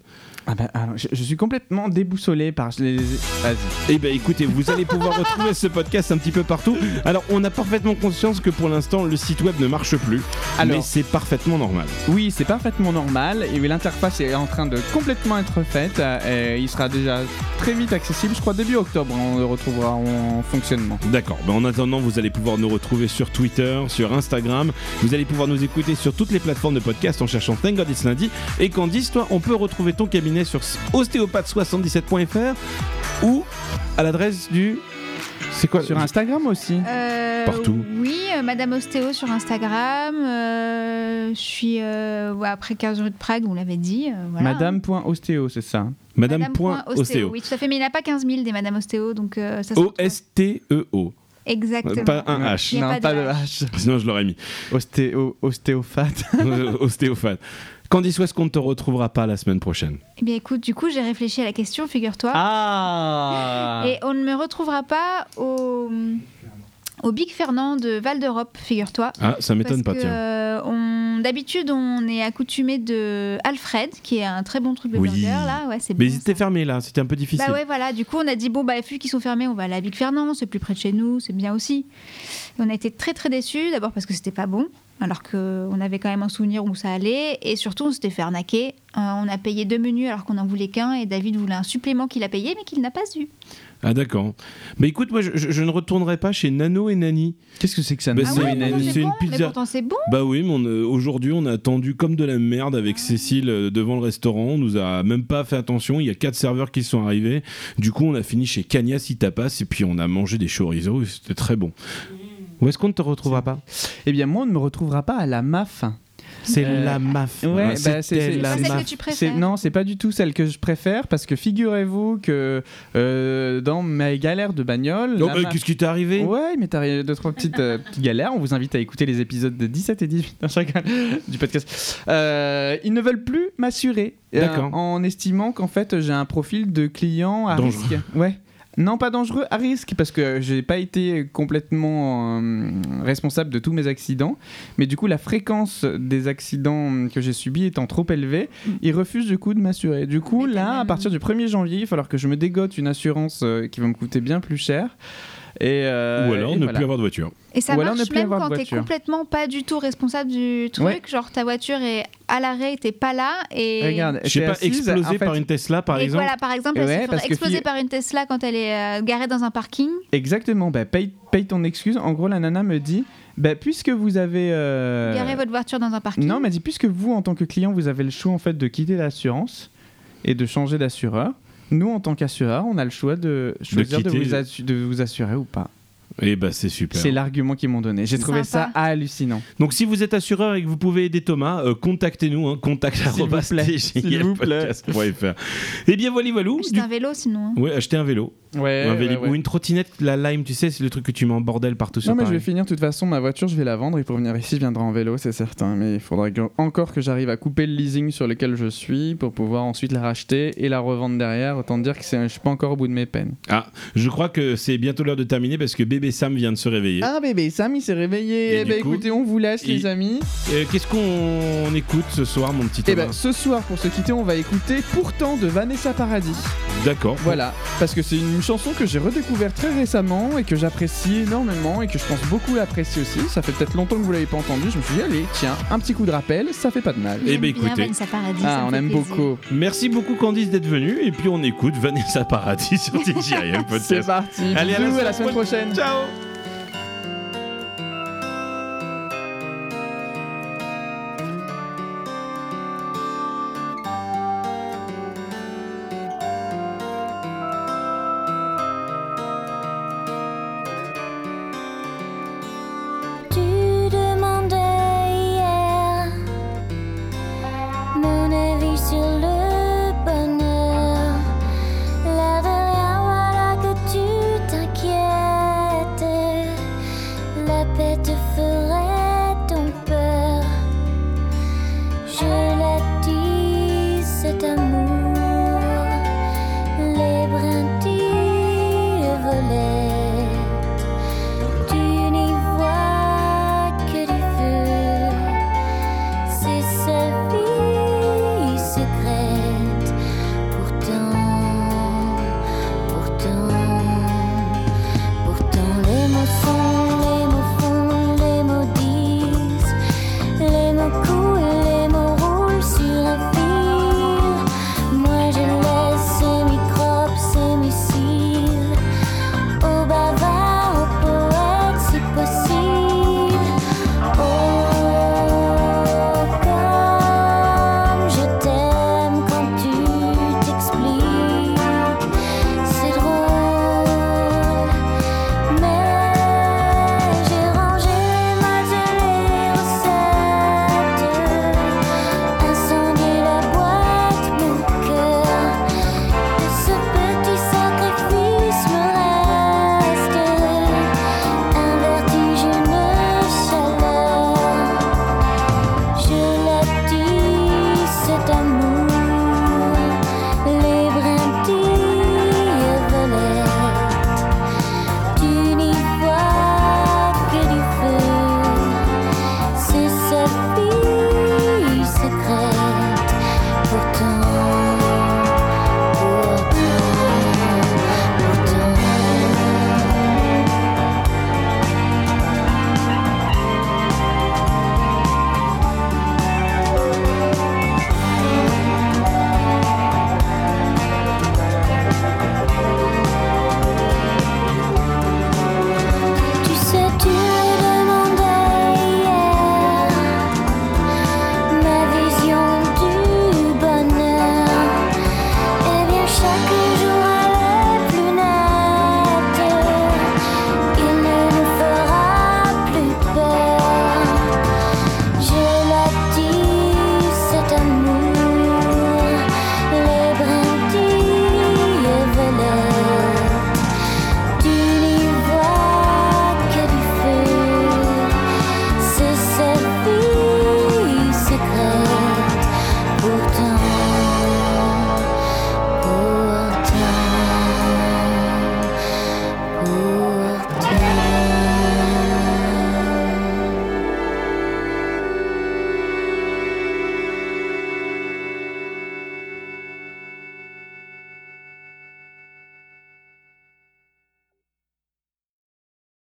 C: Ah bah, alors, je, je suis complètement déboussolé par les. Vas-y.
B: Eh ben écoutez, vous allez pouvoir retrouver ce podcast un petit peu partout. Alors on a parfaitement conscience que pour l'instant le site web ne marche plus,
C: Alors.
B: mais c'est parfaitement normal.
C: Oui, c'est parfaitement normal. Et l'interface est en train de complètement être faite. euh, et il sera déjà très vite accessible. Je crois début octobre, on le retrouvera en fonctionnement.
B: D'accord. Ben, en attendant, vous allez pouvoir nous retrouver sur Twitter, sur Instagram. Vous allez pouvoir nous écouter sur toutes les plateformes de podcast en cherchant Thank God It's Lundi. Et Candice, toi, on peut retrouver ton cabinet sur ostéopathe77.fr ou à l'adresse du. C'est quoi
C: Sur Instagram aussi.
A: Euh,
B: Partout.
A: Oui, euh, Madame Ostéo sur Instagram. euh, je suis euh, ouais, après 15 rues de Prague, on l'avait dit. euh, voilà.
C: Madame.ostéo, c'est ça.
B: Madame.ostéo.
A: Oui, tout à fait, mais il n'y en a pas 15 000 des Madame Ostéo, donc euh, ça se retrouve.
B: O-S-T-E-O.
A: Et Exactement.
B: Pas un H.
A: Il y a
C: non,
A: pas de
C: de H.
B: Sinon, je l'aurais mis.
C: Ostéo- ostéophate.
B: Ostéophane. Candice, où est-ce qu'on ne te retrouvera pas la semaine prochaine
A: Eh bien, écoute, du coup, j'ai réfléchi à la question, figure-toi.
C: Ah
A: Et on ne me retrouvera pas au, au Big Fernand de Val d'Europe, figure-toi.
B: Ah, ça m'étonne pas,
A: Parce que,
B: tiens.
A: euh, on- D'habitude, on est accoutumé de Alfred, qui est un très bon truc de
B: Oui.
A: burger, là. Ouais, c'est
B: Mais
A: bon,
B: ils étaient fermés là, c'était un peu difficile.
A: euh, Bah ouais, voilà. Du coup, on a dit bon, bah, vu qu'ils sont fermés, on va à la Big Fernand, c'est plus près de chez nous, c'est bien aussi. Et on a été très très déçus, d'abord parce que c'était pas bon, alors qu'on avait quand même un souvenir où ça allait, et surtout on s'était fait arnaquer. Euh, on a payé deux menus alors qu'on en voulait qu'un, et David voulait un supplément qu'il a payé mais qu'il n'a pas eu.
B: Ah d'accord. Mais écoute, moi je, je- je ne retournerai pas chez Nano et Nani.
C: Qu'est-ce que c'est que ça
B: Bah,
C: Nano
B: c'est
A: Ah
C: et
A: ouais,
B: une-
A: pourtant,
C: Nani
B: c'est
A: bon,
B: une
A: Mais
B: pizza.
A: pourtant c'est bon.
B: Bah oui, mais on, euh, aujourd'hui on a attendu comme de la merde avec Cécile euh, devant le restaurant. On nous a même pas fait attention. Il y a quatre serveurs qui sont arrivés. Du coup, on a fini chez Cagnas si tapas et puis on a mangé des chorizo. et C'était très bon. Où est-ce qu'on ne te retrouvera pas
C: Eh bien, moi, on ne me retrouvera pas à la MAF.
B: C'est
C: Euh,
B: la MAF.
C: ouais,
B: Ah,
C: bah,
B: c'était
C: c'est- c'est-
B: la
A: C'est
C: c'est
A: celle
B: MAF.
A: que tu
C: C'est-
A: préfères.
C: Non, c'est pas du tout celle que je préfère parce que figurez-vous que euh, dans mes galères de bagnole.
B: Oh,
C: la
B: bah,
C: MAF-
B: Qu'est-ce qui t'est arrivé
C: Ouais, mais t'as deux, trois petites, euh, petites galères. On vous invite à écouter les épisodes de 17 et 18 non, je rigole, du podcast. Euh, ils ne veulent plus m'assurer. euh,
B: D'accord.
C: en estimant qu'en fait, j'ai un profil de client à
B: Dangereux.
C: risque. Ouais. Non, pas dangereux, à risque, parce que j'ai pas été complètement euh, responsable de tous mes accidents. Mais du coup, la fréquence des accidents que j'ai subis étant trop élevée, ils refusent du coup de m'assurer. Du coup,
A: Mm. Mais quand
C: là, à
A: même.
C: partir du 1er janvier, il va falloir que je me dégote une assurance euh, qui va me coûter bien plus cher. Et, euh,
B: Ou alors
C: et
B: ne
C: voilà.
B: plus avoir de voiture.
A: Et ça
C: Ou alors ne
A: marche
C: plus
A: même
C: avoir de
A: quand t'es
C: voiture.
A: complètement pas du tout responsable du truc,
C: Ouais.
A: genre ta voiture est à l'arrêt, t'es pas là et.
C: Regarde,
B: Je sais
C: t'es
B: pas,
C: assise,
B: explosé
C: en fait-
B: par une Tesla par
A: et
B: exemple.
A: voilà, par exemple,
C: Eh Ouais,
A: elle se
C: parce
A: ferait
C: que
A: exploser
C: fille-
A: par une Tesla quand elle est euh, garée dans un parking.
C: Exactement, bah, paye, paye ton excuse. En gros, la nana me dit, bah, puisque vous avez... euh,
A: Garer votre voiture dans un parking.
C: Non, elle m'a dit, puisque vous, en tant que client, vous avez le choix en fait de quitter l'assurance et de changer d'assureur, nous, en tant qu'assureur, on a le choix de choisir de,
B: quitter-
C: vous, assu- de vous assurer ou pas.
B: Et bah c'est super.
C: C'est l'argument qu'ils m'ont donné. J'ai trouvé
A: Sympa.
C: ça hallucinant.
B: Donc si vous êtes assureur et que vous pouvez aider Thomas, euh, contactez-nous, hein, contact
C: vous
B: arobase
C: plaît, s'il vous plaît.
B: tgilpodcast.fr. Et Eh bien voilà, voilà.
A: Juste un vélo sinon. hein.
B: Oui, acheter un vélo,
C: Ouais,
B: un Vélib- ou une trottinette, la Lime, tu sais, c'est le truc que tu mets en bordel partout sur
C: Non, mais je
B: Paris.
C: vais finir de toute façon ma voiture, je vais la vendre et pour venir ici, je viendrai en vélo, c'est certain. Mais il faudra que- encore que j'arrive à couper le leasing sur lequel je suis pour pouvoir ensuite la racheter et la revendre derrière. Autant dire que c'est- je suis pas encore au bout de mes peines.
B: Ah, je crois que c'est bientôt l'heure de terminer parce que bébé Sam vient de se réveiller.
C: Ah, bébé Sam, il s'est réveillé.
B: Et
C: Eh
B: du
C: ben,
B: coup,
C: écoutez, on vous laisse,
B: il-
C: les amis.
B: Euh, Qu'est-ce qu'on écoute ce soir, mon petit
C: Et
B: Thomas
C: ben, ce soir, pour se quitter, on va écouter Pourtant de Vanessa Paradis.
B: D'accord.
C: ben, Voilà, parce que c'est une chanson que j'ai redécouverte très récemment et que j'apprécie énormément et que je pense beaucoup l'apprécier aussi. Ça fait peut-être longtemps que vous l'avez pas entendu. Je me suis dit, allez, tiens, un petit coup de rappel, ça fait pas de mal.
B: Eh ben,
A: J'aime bien
B: écoutez.
A: Vanessa Paradis, ça
C: Ah,
A: me
C: on
A: fait
C: aime
A: plaisir.
C: beaucoup.
B: Merci beaucoup Candice d'être venue et puis on écoute Vanessa Paradis sur TGIM
C: C'est
B: Podcast.
C: parti.
B: Allez, à la
C: Bisous, à la
B: semaine
C: semaine prochaine.
B: Ciao